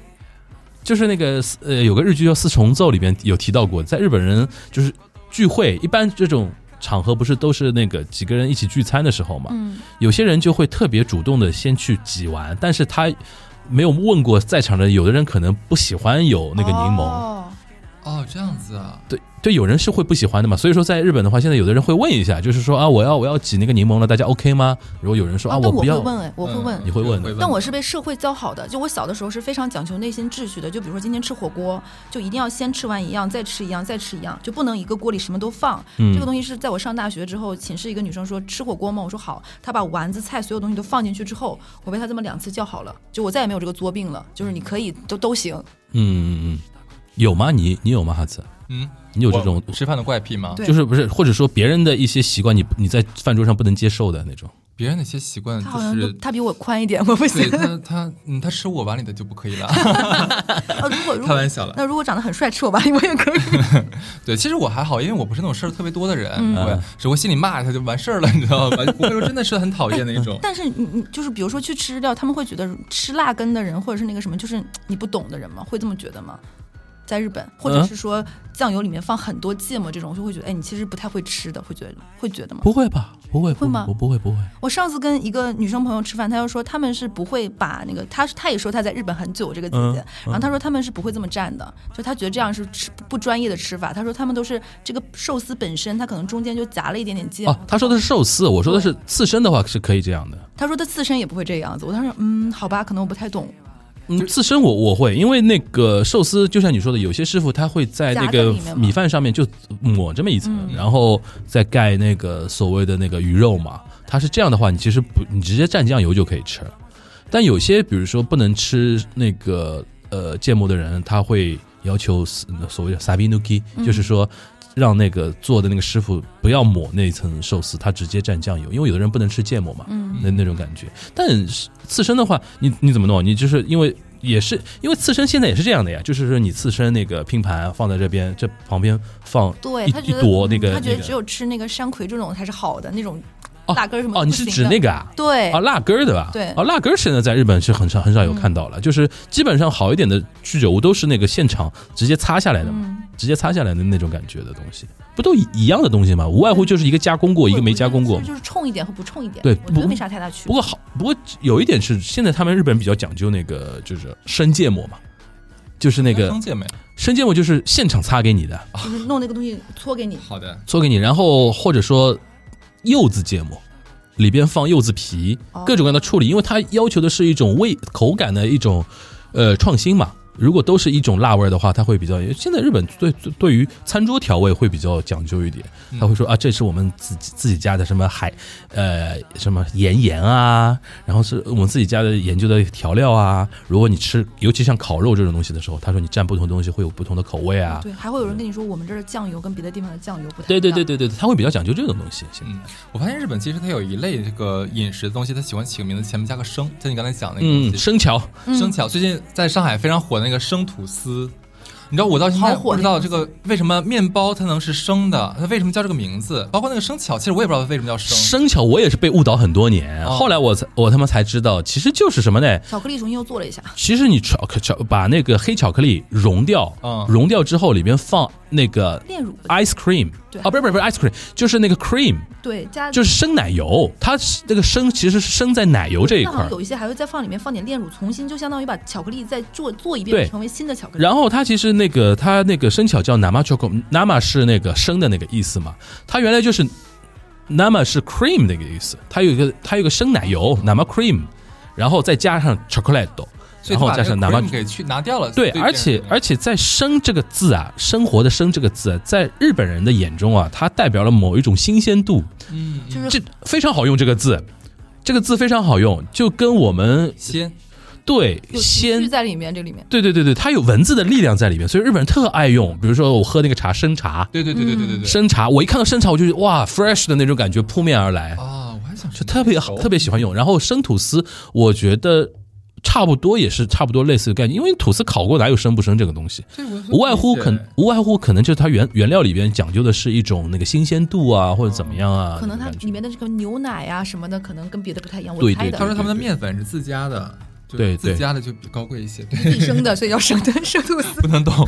S3: 就是那个呃，有个日剧叫《四重奏》，里边有提到过，在日本人就是聚会，一般这种场合不是都是那个几个人一起聚餐的时候嘛，
S2: 嗯，
S3: 有些人就会特别主动的先去挤完，但是他没有问过在场的，有的人可能不喜欢有那个柠檬，
S2: 哦
S1: 哦，这样子啊，
S3: 对对，有人是会不喜欢的嘛。所以说，在日本的话，现在有的人会问一下，就是说啊，我要我要挤那个柠檬了，大家 OK 吗？如果有人说啊，
S2: 但我
S3: 不
S2: 会
S3: 要，
S2: 问哎，我会
S1: 嗯
S2: 问，
S3: 你会问的
S2: 但我是被社会教好的，就我小的时候是非常讲求内心秩序的。就比如说今天吃火锅，就一定要先吃完一样，再吃一样，再吃一样，就不能一个锅里什么都放。
S3: 嗯
S2: 这个东西是在我上大学之后，寝室一个女生说吃火锅吗？我说好，她把丸子菜所有东西都放进去之后，我被她这么两次教好了，就我再也没有这个作病了。就是你可以都都行，
S3: 嗯嗯嗯，有吗？你你有吗？哈茨，
S1: 嗯，
S3: 你有这种
S1: 我吃饭的怪癖吗？
S2: 对
S3: 就是不是，或者说别人的一些习惯你，你在饭桌上不能接受的那种。
S1: 别人的一些习惯
S2: 她好像
S1: 就。
S2: 就是她比我宽一点，我不
S1: 对
S2: 行。
S1: 他，他嗯，他吃我碗里的就不可以了，
S2: 啊，如果如
S1: 开
S2: 果
S1: 玩笑了。
S2: 那如果长得很帅，吃我吧，我也可以。
S1: 对，其实我还好，因为我不是那种事儿特别多的人，
S2: 嗯
S1: 对，
S3: 嗯
S1: 只我心里骂他就完事儿了， 你知道吗？不会说真的是很讨厌的一种。
S2: 但是你你就是比如说去吃日料，他们会觉得吃辣根的人或者是那个什么，就是你不懂的人吗？会这么觉得吗？在日本，或
S3: 嗯
S2: 者是说酱油里面放很多芥末这种，就会觉得哎，你其实不太会吃的，会觉得会觉得吗？
S3: 不会吧？不会
S2: 会吗
S3: 不不会不会。
S2: 我上次跟一个女生朋友吃饭，她就说他们是不会把那个，她她也说她在日本很久这个姐
S3: 嗯
S2: 姐，然后她说他们是不会这么蘸的，就她觉得这样是吃不专业的吃法。她说他们都是这个寿司本身，它可能中间就夹了一点点芥末
S3: 哦，。他说的是寿司，我说的是刺身的话是可以这样的。
S2: 她说她刺身也不会这样子。我当时嗯，好吧，可能我不太懂。
S3: 嗯，刺身我我会，因为那个寿司就像你说的，有些师傅他会在
S2: 夹
S3: 那
S2: 在
S3: 个
S2: 里面吗嗯
S3: 米饭上面就抹这么一层，然后再盖那个所谓的那个鱼肉嘛。它是这样的话，你其实不，你直接蘸酱油就可以吃了。但有些比如说不能吃那个呃芥末的人，他会要求所谓的 sabinuki，、就是说。让那个做的那个师傅不要抹那层寿司，他直接蘸酱油，因为有的人不能吃芥末嘛，
S2: 嗯
S3: 那那种感觉。但是刺身的话，你你怎么弄？你就是因为也是因为刺身现在也是这样的呀，就是说你刺身那个拼盘放在这边，这旁边放
S2: 对
S3: 一
S2: 他
S3: 一
S2: 觉得
S3: 朵那个
S2: 他觉
S3: 那
S2: 得
S3: 个
S2: 只有吃那个山葵这种才是好的那种
S3: 哦
S2: 辣根儿什么
S3: 哦，
S2: 不
S3: 你是
S2: 行
S3: 指
S2: 的
S3: 那个啊？
S2: 对
S3: 啊，辣根儿的吧？
S2: 对嗯
S3: 啊，辣根儿现在在日本是很少很少有看到了，就是基本上好一点的居酒屋都是那个现场直接擦下来的
S2: 嗯
S3: 嘛，直接擦下来的那种感觉的东西，不都一一样的东西吗？无外乎就是一个加工过，一个没加工过
S2: 我觉得。就是冲一点和不冲一点，
S3: 对
S2: 我觉
S3: 不
S2: 得没啥太大区
S3: 不
S2: 别。
S3: 过好，不过有一点 是，现在他们日本比较讲究那个，就是生芥末嘛，就是那个
S1: 生芥末，
S3: 生煎我就是现场擦给你的，
S2: 就是弄那个东西搓给你，
S1: 好的，
S3: 搓给你，然后或者说柚子芥末，里边放柚子皮，各种各样的处理，因为它要求的是一种味口感的一种呃创新嘛。如果都是一种辣味儿的话，它会比较。现在日本对对于餐桌调味会比较讲究一点，他会说啊，这是我们自己自己家的什么海呃什么盐盐啊，然后是我们自己家的研究的调料啊。如果你吃，尤其像烤肉这种东西的时候，他说你蘸不同的东西会有不同的口味啊。
S2: 对，还会有人跟你说我们这儿的酱油跟别的地方的酱油不太
S3: 对对对
S2: 对，
S3: 对对，他会比较讲究这种东西。现在
S1: 嗯，我发现日本其实它有一类这个饮食的东西，它喜欢起个名字前面加个生，像你刚才讲那个东
S3: 嗯，
S1: 西，
S3: 生桥
S1: 生巧。最近在上海非常火的那个生吐司，你知道我到现在
S2: 好火
S1: 不知道这
S2: 那
S1: 个为什么面包它能是生的，它为什么叫这个名字？包括那个生巧，其实我也不知道它为什么叫生。
S3: 生巧，我也是被误导很多年，
S1: 哦
S3: 后来我才我他妈才知道，其实就是什么呢？
S2: 巧克力重新又做了一下，
S3: 其实你巧克巧把那个黑巧克力融掉，
S1: 嗯
S3: 融掉之后里面放那个
S2: 炼乳
S3: ice cream，
S2: 对
S3: 啊，不是不是不是 ice cream，就是那个 cream，
S2: 对加
S3: 就是生奶油，它是那个生其实是生在奶油这一
S2: 那好
S3: 块
S2: 像
S3: 儿。
S2: 有一些还会再放里面放点炼乳，重新就相当于把巧克力再做做一
S3: 对
S2: 遍，成为新的巧克力。
S3: 然后它其实那个它那个生巧叫 nama choco，nama 是那个生的那个意思嘛，它原来就是 nama 是 cream 那个意思，它有一个它有一个生奶油 nama cream，然后再加上 chocolate，
S1: 所以它
S3: 然后
S1: 把
S3: 加
S1: 这个
S3: 上 nama
S1: cream 给去拿掉了。
S3: 对，而且而且在“生”这个字啊，生活的“生”这个字、啊，在日本人的眼中啊，它代表了某一种新鲜度，
S2: 就
S3: 这
S2: 是
S3: 非常好用这个字。这个字非常好用，就跟我们
S1: 鲜，
S3: 对
S2: 有情绪
S3: 鲜，
S2: 在里面，这里面
S3: 对对对对，它有文字的力量在里面，所以日本人特爱用。比如说我喝那个茶，生茶，
S1: 对对对对对对对。
S3: 生茶，我一看到生茶，我就觉得哇，fresh 的那种感觉扑面而来，
S1: 啊，我还想
S3: 嗯就
S1: 说
S3: 特别好，特别喜欢用。然后生吐司，我觉得差不多也是差不多类似的概念，因为吐司烤过哪有生不生这个东西？
S1: 这我
S3: 无外
S1: 理
S3: 乎
S1: 解
S3: 可无外乎可能就是它原原料里边讲究的是一种那个新鲜度啊，或者怎么样啊，
S2: 哦可能它
S3: 那种感觉
S2: 里面的这个牛奶呀、什么的，可能跟别的不太一样。我
S3: 对
S2: 猜
S3: 对
S1: 他
S2: 的，
S1: 说他们的面粉是自家的，就
S3: 对
S1: 自
S3: 对
S1: 家的就比高贵一些，对，
S2: 自己生的，所以要生的 生吐司。
S3: 不 能动。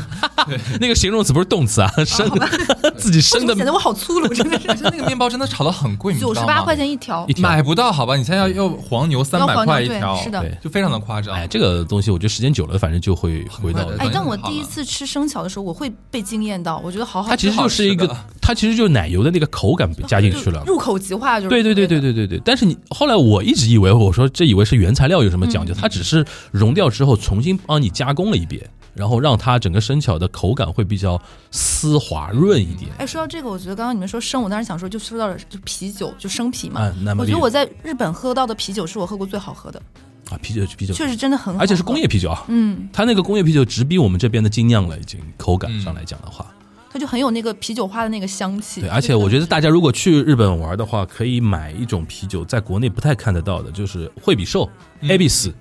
S3: 那个形容词不是动词啊，生 自己
S2: 为
S3: 生
S2: 什么显
S3: 的
S2: 得我好粗 鲁，真的是
S1: 而且那个面包真的炒的很贵，你知道吗
S2: 九十八块，钱一条
S3: 一，条
S1: 买不到好吧？你现在要要黄牛三
S2: 要
S1: 百
S2: 黄牛
S1: 块一
S2: 对
S1: 条，
S2: 是的
S3: 对
S1: 就非常的夸张
S3: 哎，。这个东西我觉得时间久了，反正就会回到
S1: 很快的
S2: 哎，但我
S1: 好了
S2: 第一次吃生巧的时候，我会被惊艳到，我觉得好好吃。哦
S3: 它其实就是一
S1: 挺
S3: 个
S1: 好吃，
S3: 它其实就是奶油的那个口感加进去了
S2: 就。入口即化，就是
S3: 对对对对对对对，但是你后来我一直以为我说这以为是原材料有什么讲究，
S2: 嗯
S3: 它只是融掉之后重新帮你加工了一遍，然后让它整个生巧的口感会比较丝滑润一点。
S2: 哎，说到这个，我觉得刚刚你们说生，我当时想说，就说到了就啤酒，就生啤嘛。
S3: 嗯那么
S2: 我觉得
S3: 厉
S2: 我在日本喝到的啤酒是我喝过最好喝的，
S3: 啊，啤酒啤酒，
S2: 确实真的很好喝，
S3: 而且是工业啤酒啊。嗯，它那个工业啤酒直逼我们这边的精酿了，已经口感上来讲的话。
S2: 它就很有那个啤酒花的那个香气。
S3: 对，而且我觉得大家如果去日本玩的话，可以买一种啤酒，在国内不太看得到的，就是惠比寿、a
S2: 嗯
S3: b i s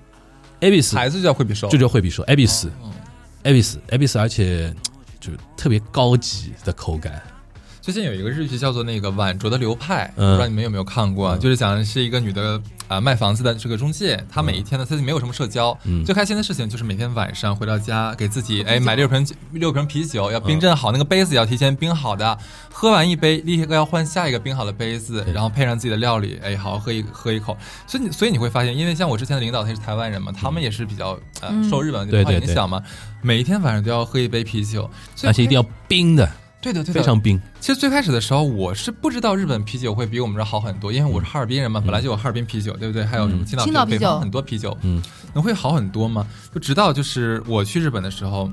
S3: a b i s
S1: 牌子就叫惠比寿，
S3: 就叫惠比寿 a b i s a b i s a b i s 而且就是特别高级的口感。
S1: 最近有一个日剧叫做那个《晚酌的流派》，
S3: 嗯
S1: 不知道你们有没有看过？啊？就是讲的是一个女的啊、卖房子的这个中介，她每一天呢，她就没有什么社交，
S3: 嗯
S1: 最开心的事情就是每天晚上回到家，给自己哎买六瓶六瓶啤
S3: 嗯
S1: 酒，要冰镇好，那个杯子也要提前冰好的，喝完一杯立刻要换下一个冰好的杯子，然后配上自己的料理，哎，好好喝一喝一口。所以你所以你会发现，因为像我之前的领导他是台湾人嘛，他们也是比较呃受日本文化
S3: 嗯对对
S1: 影
S3: 对
S1: 响嘛，每一天晚上都要喝一杯啤酒，所以
S3: 而且一定要冰的，
S1: 对的对的
S3: 非常冰。
S1: 其实最开始的时候，我是不知道日本啤酒会比我们这儿好很多，因为
S3: 嗯
S1: 我是哈尔滨人嘛，本来就有哈尔滨啤酒，对不对？还有什么青岛
S2: 青岛
S1: 啤
S2: 啤
S1: 酒，
S2: 酒
S1: 北方很多啤酒，
S3: 嗯，
S1: 能会好很多吗？就直到就是我去日本的时候，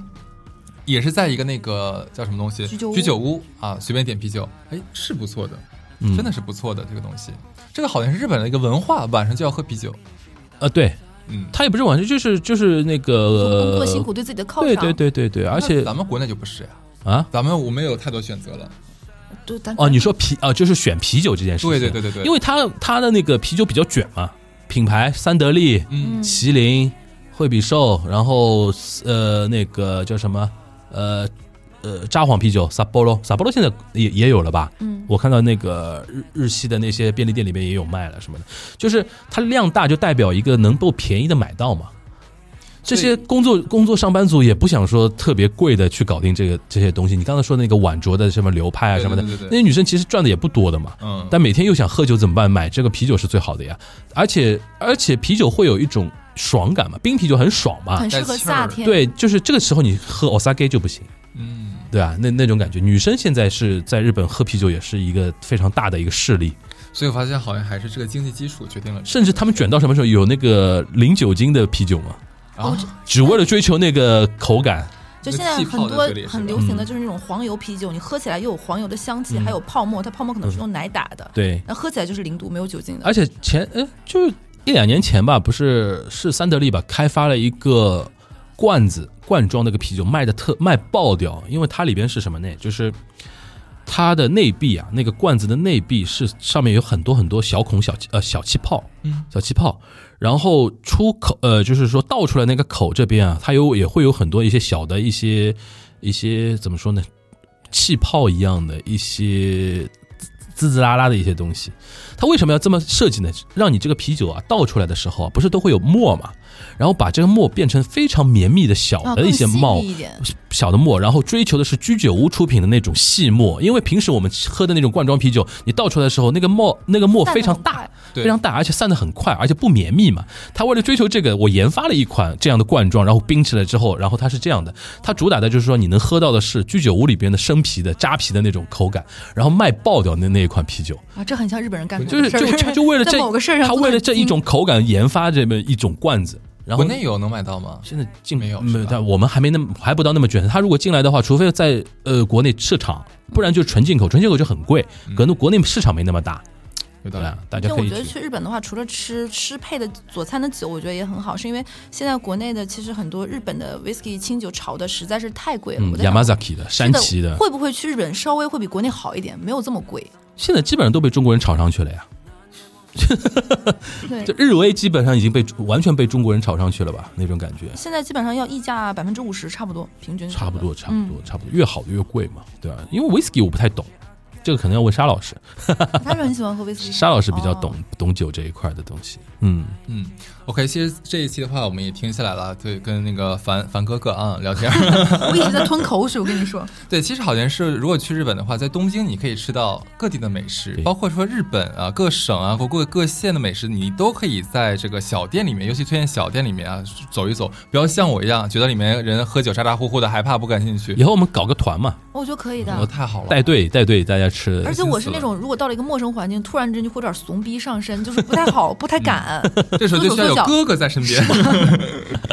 S1: 也是在一个那个叫什么东西
S2: 居酒屋
S1: 屋啊，随便点啤酒，哎，是不错的，
S3: 嗯
S1: 真的是不错的这个东西。这个好像是日本的一个文化，晚上就要喝啤酒，
S3: 呃，对，
S1: 嗯，
S3: 它也不是晚上，就是就是那个
S2: 工作辛苦对自己的犒赏，
S3: 对对对对对，而且
S1: 那咱们国内就不是呀，
S3: 啊。
S1: 咱们我们有太多选择了，
S2: 对咱
S3: 哦，你说啤啊、就是选啤酒这件事情，
S1: 对对对对对
S3: 因为它它的那个啤酒比较卷嘛，品牌三得利、
S1: 嗯
S3: 麒麟、惠比寿，然后呃那个叫什么呃呃札幌啤酒 Sapporo Sapporo 现在也也有了吧？嗯，我看到那个日日系的那些便利店里面也有卖了什么的，就是它量大就代表一个能够便宜的买到嘛。这些工作工作上班族也不想说特别贵的去搞定这个这些东西。你刚才说的那个晚酌的什么流派啊
S1: 对
S3: 什么的
S1: 对对对，对
S3: 那些女生其实赚的也不多的嘛。
S1: 嗯
S3: 但每天又想喝酒怎么办？买这个啤酒是最好的呀。而且而且啤酒会有一种爽感嘛，冰啤酒很爽嘛
S2: 很，适合夏天。，
S3: 对，就是这个时候你喝 osage 就不行，
S1: 嗯，
S3: 对啊，那那种感觉，女生现在是在日本喝啤酒也是一个非常大的一个势力，
S1: 所以我发现好像还是这个经济基础决定了这个，
S3: 甚至他们卷到什么时候有那个零酒精的啤酒嘛，
S1: 啊，
S3: 只为了追求那个口感，
S2: 就
S1: 那
S2: 现在
S1: 气
S2: 很
S1: 泡在
S2: 多
S1: 嘴里是吧
S2: 很流行的就是那种黄油啤酒，你喝起来又有黄油的香气，
S3: 嗯
S2: 还有泡沫，它泡沫可能是用奶打的，
S3: 对，
S2: 那喝起来就是零度，没有酒精的。
S3: 而且前哎，就是一两年前吧，不是是三得利吧，开发了一个罐子罐装那个啤酒，卖的特卖爆掉，因为它里边是什么呢？就是它的内壁啊，那个罐子的内壁是上面有很多很多小孔小呃小气泡，
S1: 嗯，
S3: 小气泡，然后出口呃就是说倒出来那个口这边啊，它有也会有很多一些小的一些一些怎么说呢？气泡一样的一些滋滋啦啦的一些东西，它为什么要这么设计呢？让你这个啤酒啊倒出来的时候啊，不是都会有沫嘛，然后把这个沫变成非常绵密的小
S2: 啊
S3: 的一些
S2: 更细
S3: 沫
S2: 腻，一点，
S3: 小的沫，然后追求的是居酒屋出品的那种细沫，因为平时我们喝的那种罐装啤酒，你倒出来的时候，那个沫那个沫
S2: 散得
S3: 哦非常
S2: 很
S3: 大
S2: 快，
S1: 对
S3: 非常大，而且散得很快，而且不绵密嘛。他为了追求这个，我研发了一款这样的罐装，然后冰起来之后，然后它是这样的，它主打的就是说你能喝到的是居酒屋里边的生啤的扎啤的那种口感，然后卖爆掉那那一款啤酒。
S2: 啊，这很像日本人干过
S3: 就是
S2: 的事儿。
S3: 就他就为了这
S2: 在某个事儿上
S3: 他
S2: 做得
S3: 为了
S2: 很
S3: 这一
S2: 精
S3: 种口感研发这么一种罐子，然后
S1: 国内有能买到吗？
S3: 现在进
S1: 没有
S3: 没
S1: 是
S3: 有，
S1: 吧
S3: 但我们还没那么还不到那么卷。他如果进来的话，除非在呃国内市场，不然就纯进口，纯进口就很贵，可能国内市场没那么大，
S1: 有道
S3: 对
S1: 理
S3: 吧，？大家
S2: 就
S3: 可
S2: 我
S3: 以
S2: 觉得
S3: 去。
S2: 去日本的话，除了吃吃配的佐餐的酒，我觉得也很好，是因为现在国内的其实很多日本的 whisky 清酒炒的实在是太贵了。
S3: 嗯
S2: 我在想
S3: ，Yamazaki 的山崎的，
S2: 会不会去日本稍微会比国内好一点，没有这么贵。
S3: 现在基本上都被中国人炒上去了呀。
S2: 对
S3: 这，日威基本上已经被完全被中国人炒上去了吧？那种感觉，
S2: 现在基本上要溢价百分之五十，差不多平均。
S3: 差不多，差不多，
S2: 嗯
S3: 差不多，越好的越贵嘛，对吧？因为 whisky 我不太懂，这个可能要问沙老师，
S2: 多。他是很喜欢喝威士忌。
S3: 沙老师比较懂
S2: 哦
S3: 懂酒这一块的东西。嗯，
S1: 嗯，OK，其实这一期的话，我们也听下来了，对，跟那个凡凡哥哥啊聊天儿，
S2: 哦我一直在吞口水，我跟你说，哦
S1: 对，其实好像是如果去日本的话，在东京你可以吃到各地的美食，
S3: 对
S1: 包括说日本啊各省啊或各各县的美食，你都可以在这个小店里面，尤其推荐小店里面啊走一走，不要像我一样觉得里面人喝酒咋咋呼呼的，害怕不感兴趣
S3: 以，后我们搞个团嘛，
S2: 我觉得可以
S1: 我
S2: 的。
S1: 太好了，
S3: 带队带队，大家吃
S2: 而且我是那种，如果到了一个陌生环境，突然之间就会有点怂逼上身，就是不太 好，不太敢。
S1: 这时候就需要有哥哥在身边。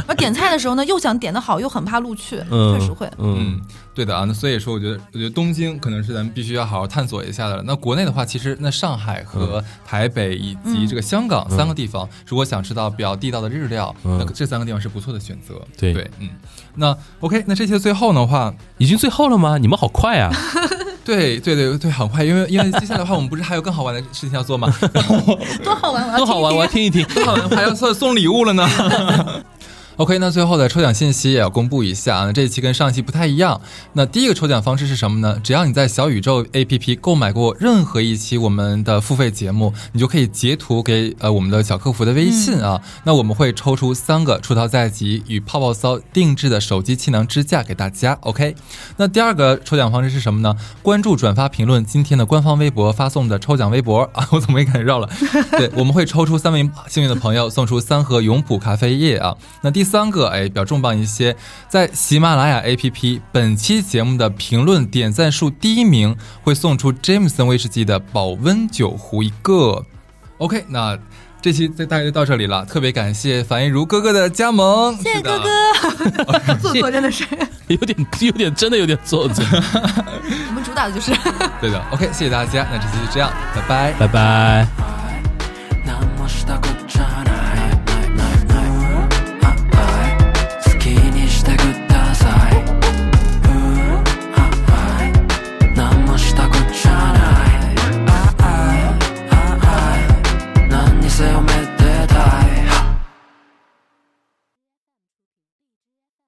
S2: 而点菜的时候呢，又想点的好，又很怕录取，
S3: 嗯，
S2: 确实会。
S3: 嗯，
S1: 嗯，对的啊，那所以说，我觉得，我觉得东京可能是咱们必须要好好探索一下的了。那国内的话，其实那上海
S3: 嗯
S1: 和台北以及这个香港三个地方，如果想吃到比较地道的日料，
S3: 嗯
S1: 那这三个地方是不错的选择。
S3: 对
S1: 对，嗯，那 OK，那这期的最后呢的话，
S3: 已经最后了吗？你们好快啊！
S1: 对对对对，很快，因为因为接下来的话，我们不是还有更好玩的事情要做吗？
S2: 多好玩，我要
S3: 多好
S2: 听
S3: 玩，
S2: 一
S3: 我要
S2: 啊听
S3: 听一听。
S1: 好像 还要送送礼物了呢。OK，那最后的抽奖信息也要公布一下啊。那这一期跟上一期不太一样。那第一个抽奖方式是什么呢？只要你在小宇宙 APP 购买过任何一期我们的付费节目，你就可以截图给呃我们的小客服的微信啊。那我们会抽出三个出逃在即与泡泡骚定制的手机气囊支架给大家。OK，那第二个抽奖方式是什么呢？关注、转发、评论今天的官方微博发送的抽奖微博 啊，我怎么也感觉绕了？对，我们会抽出三名幸运的朋友，送出三盒永璞咖啡液啊。那第三个，哎，比较重磅一些，在喜马拉雅 APP 本期节目的评论点赞数第一名，会送出 Jameson 威士忌的保温酒壶一个。OK，那这期就大概就到这里了，特别感谢樊一茹哥哥的加盟，
S2: 谢谢
S1: 是的
S2: 哥哥，做作真的是，
S3: 有点有点真的有点做作，
S2: 我们主打的就是。
S1: 对的。OK，谢谢大家，那这期就这样，拜拜。
S3: 拜拜。
S4: 「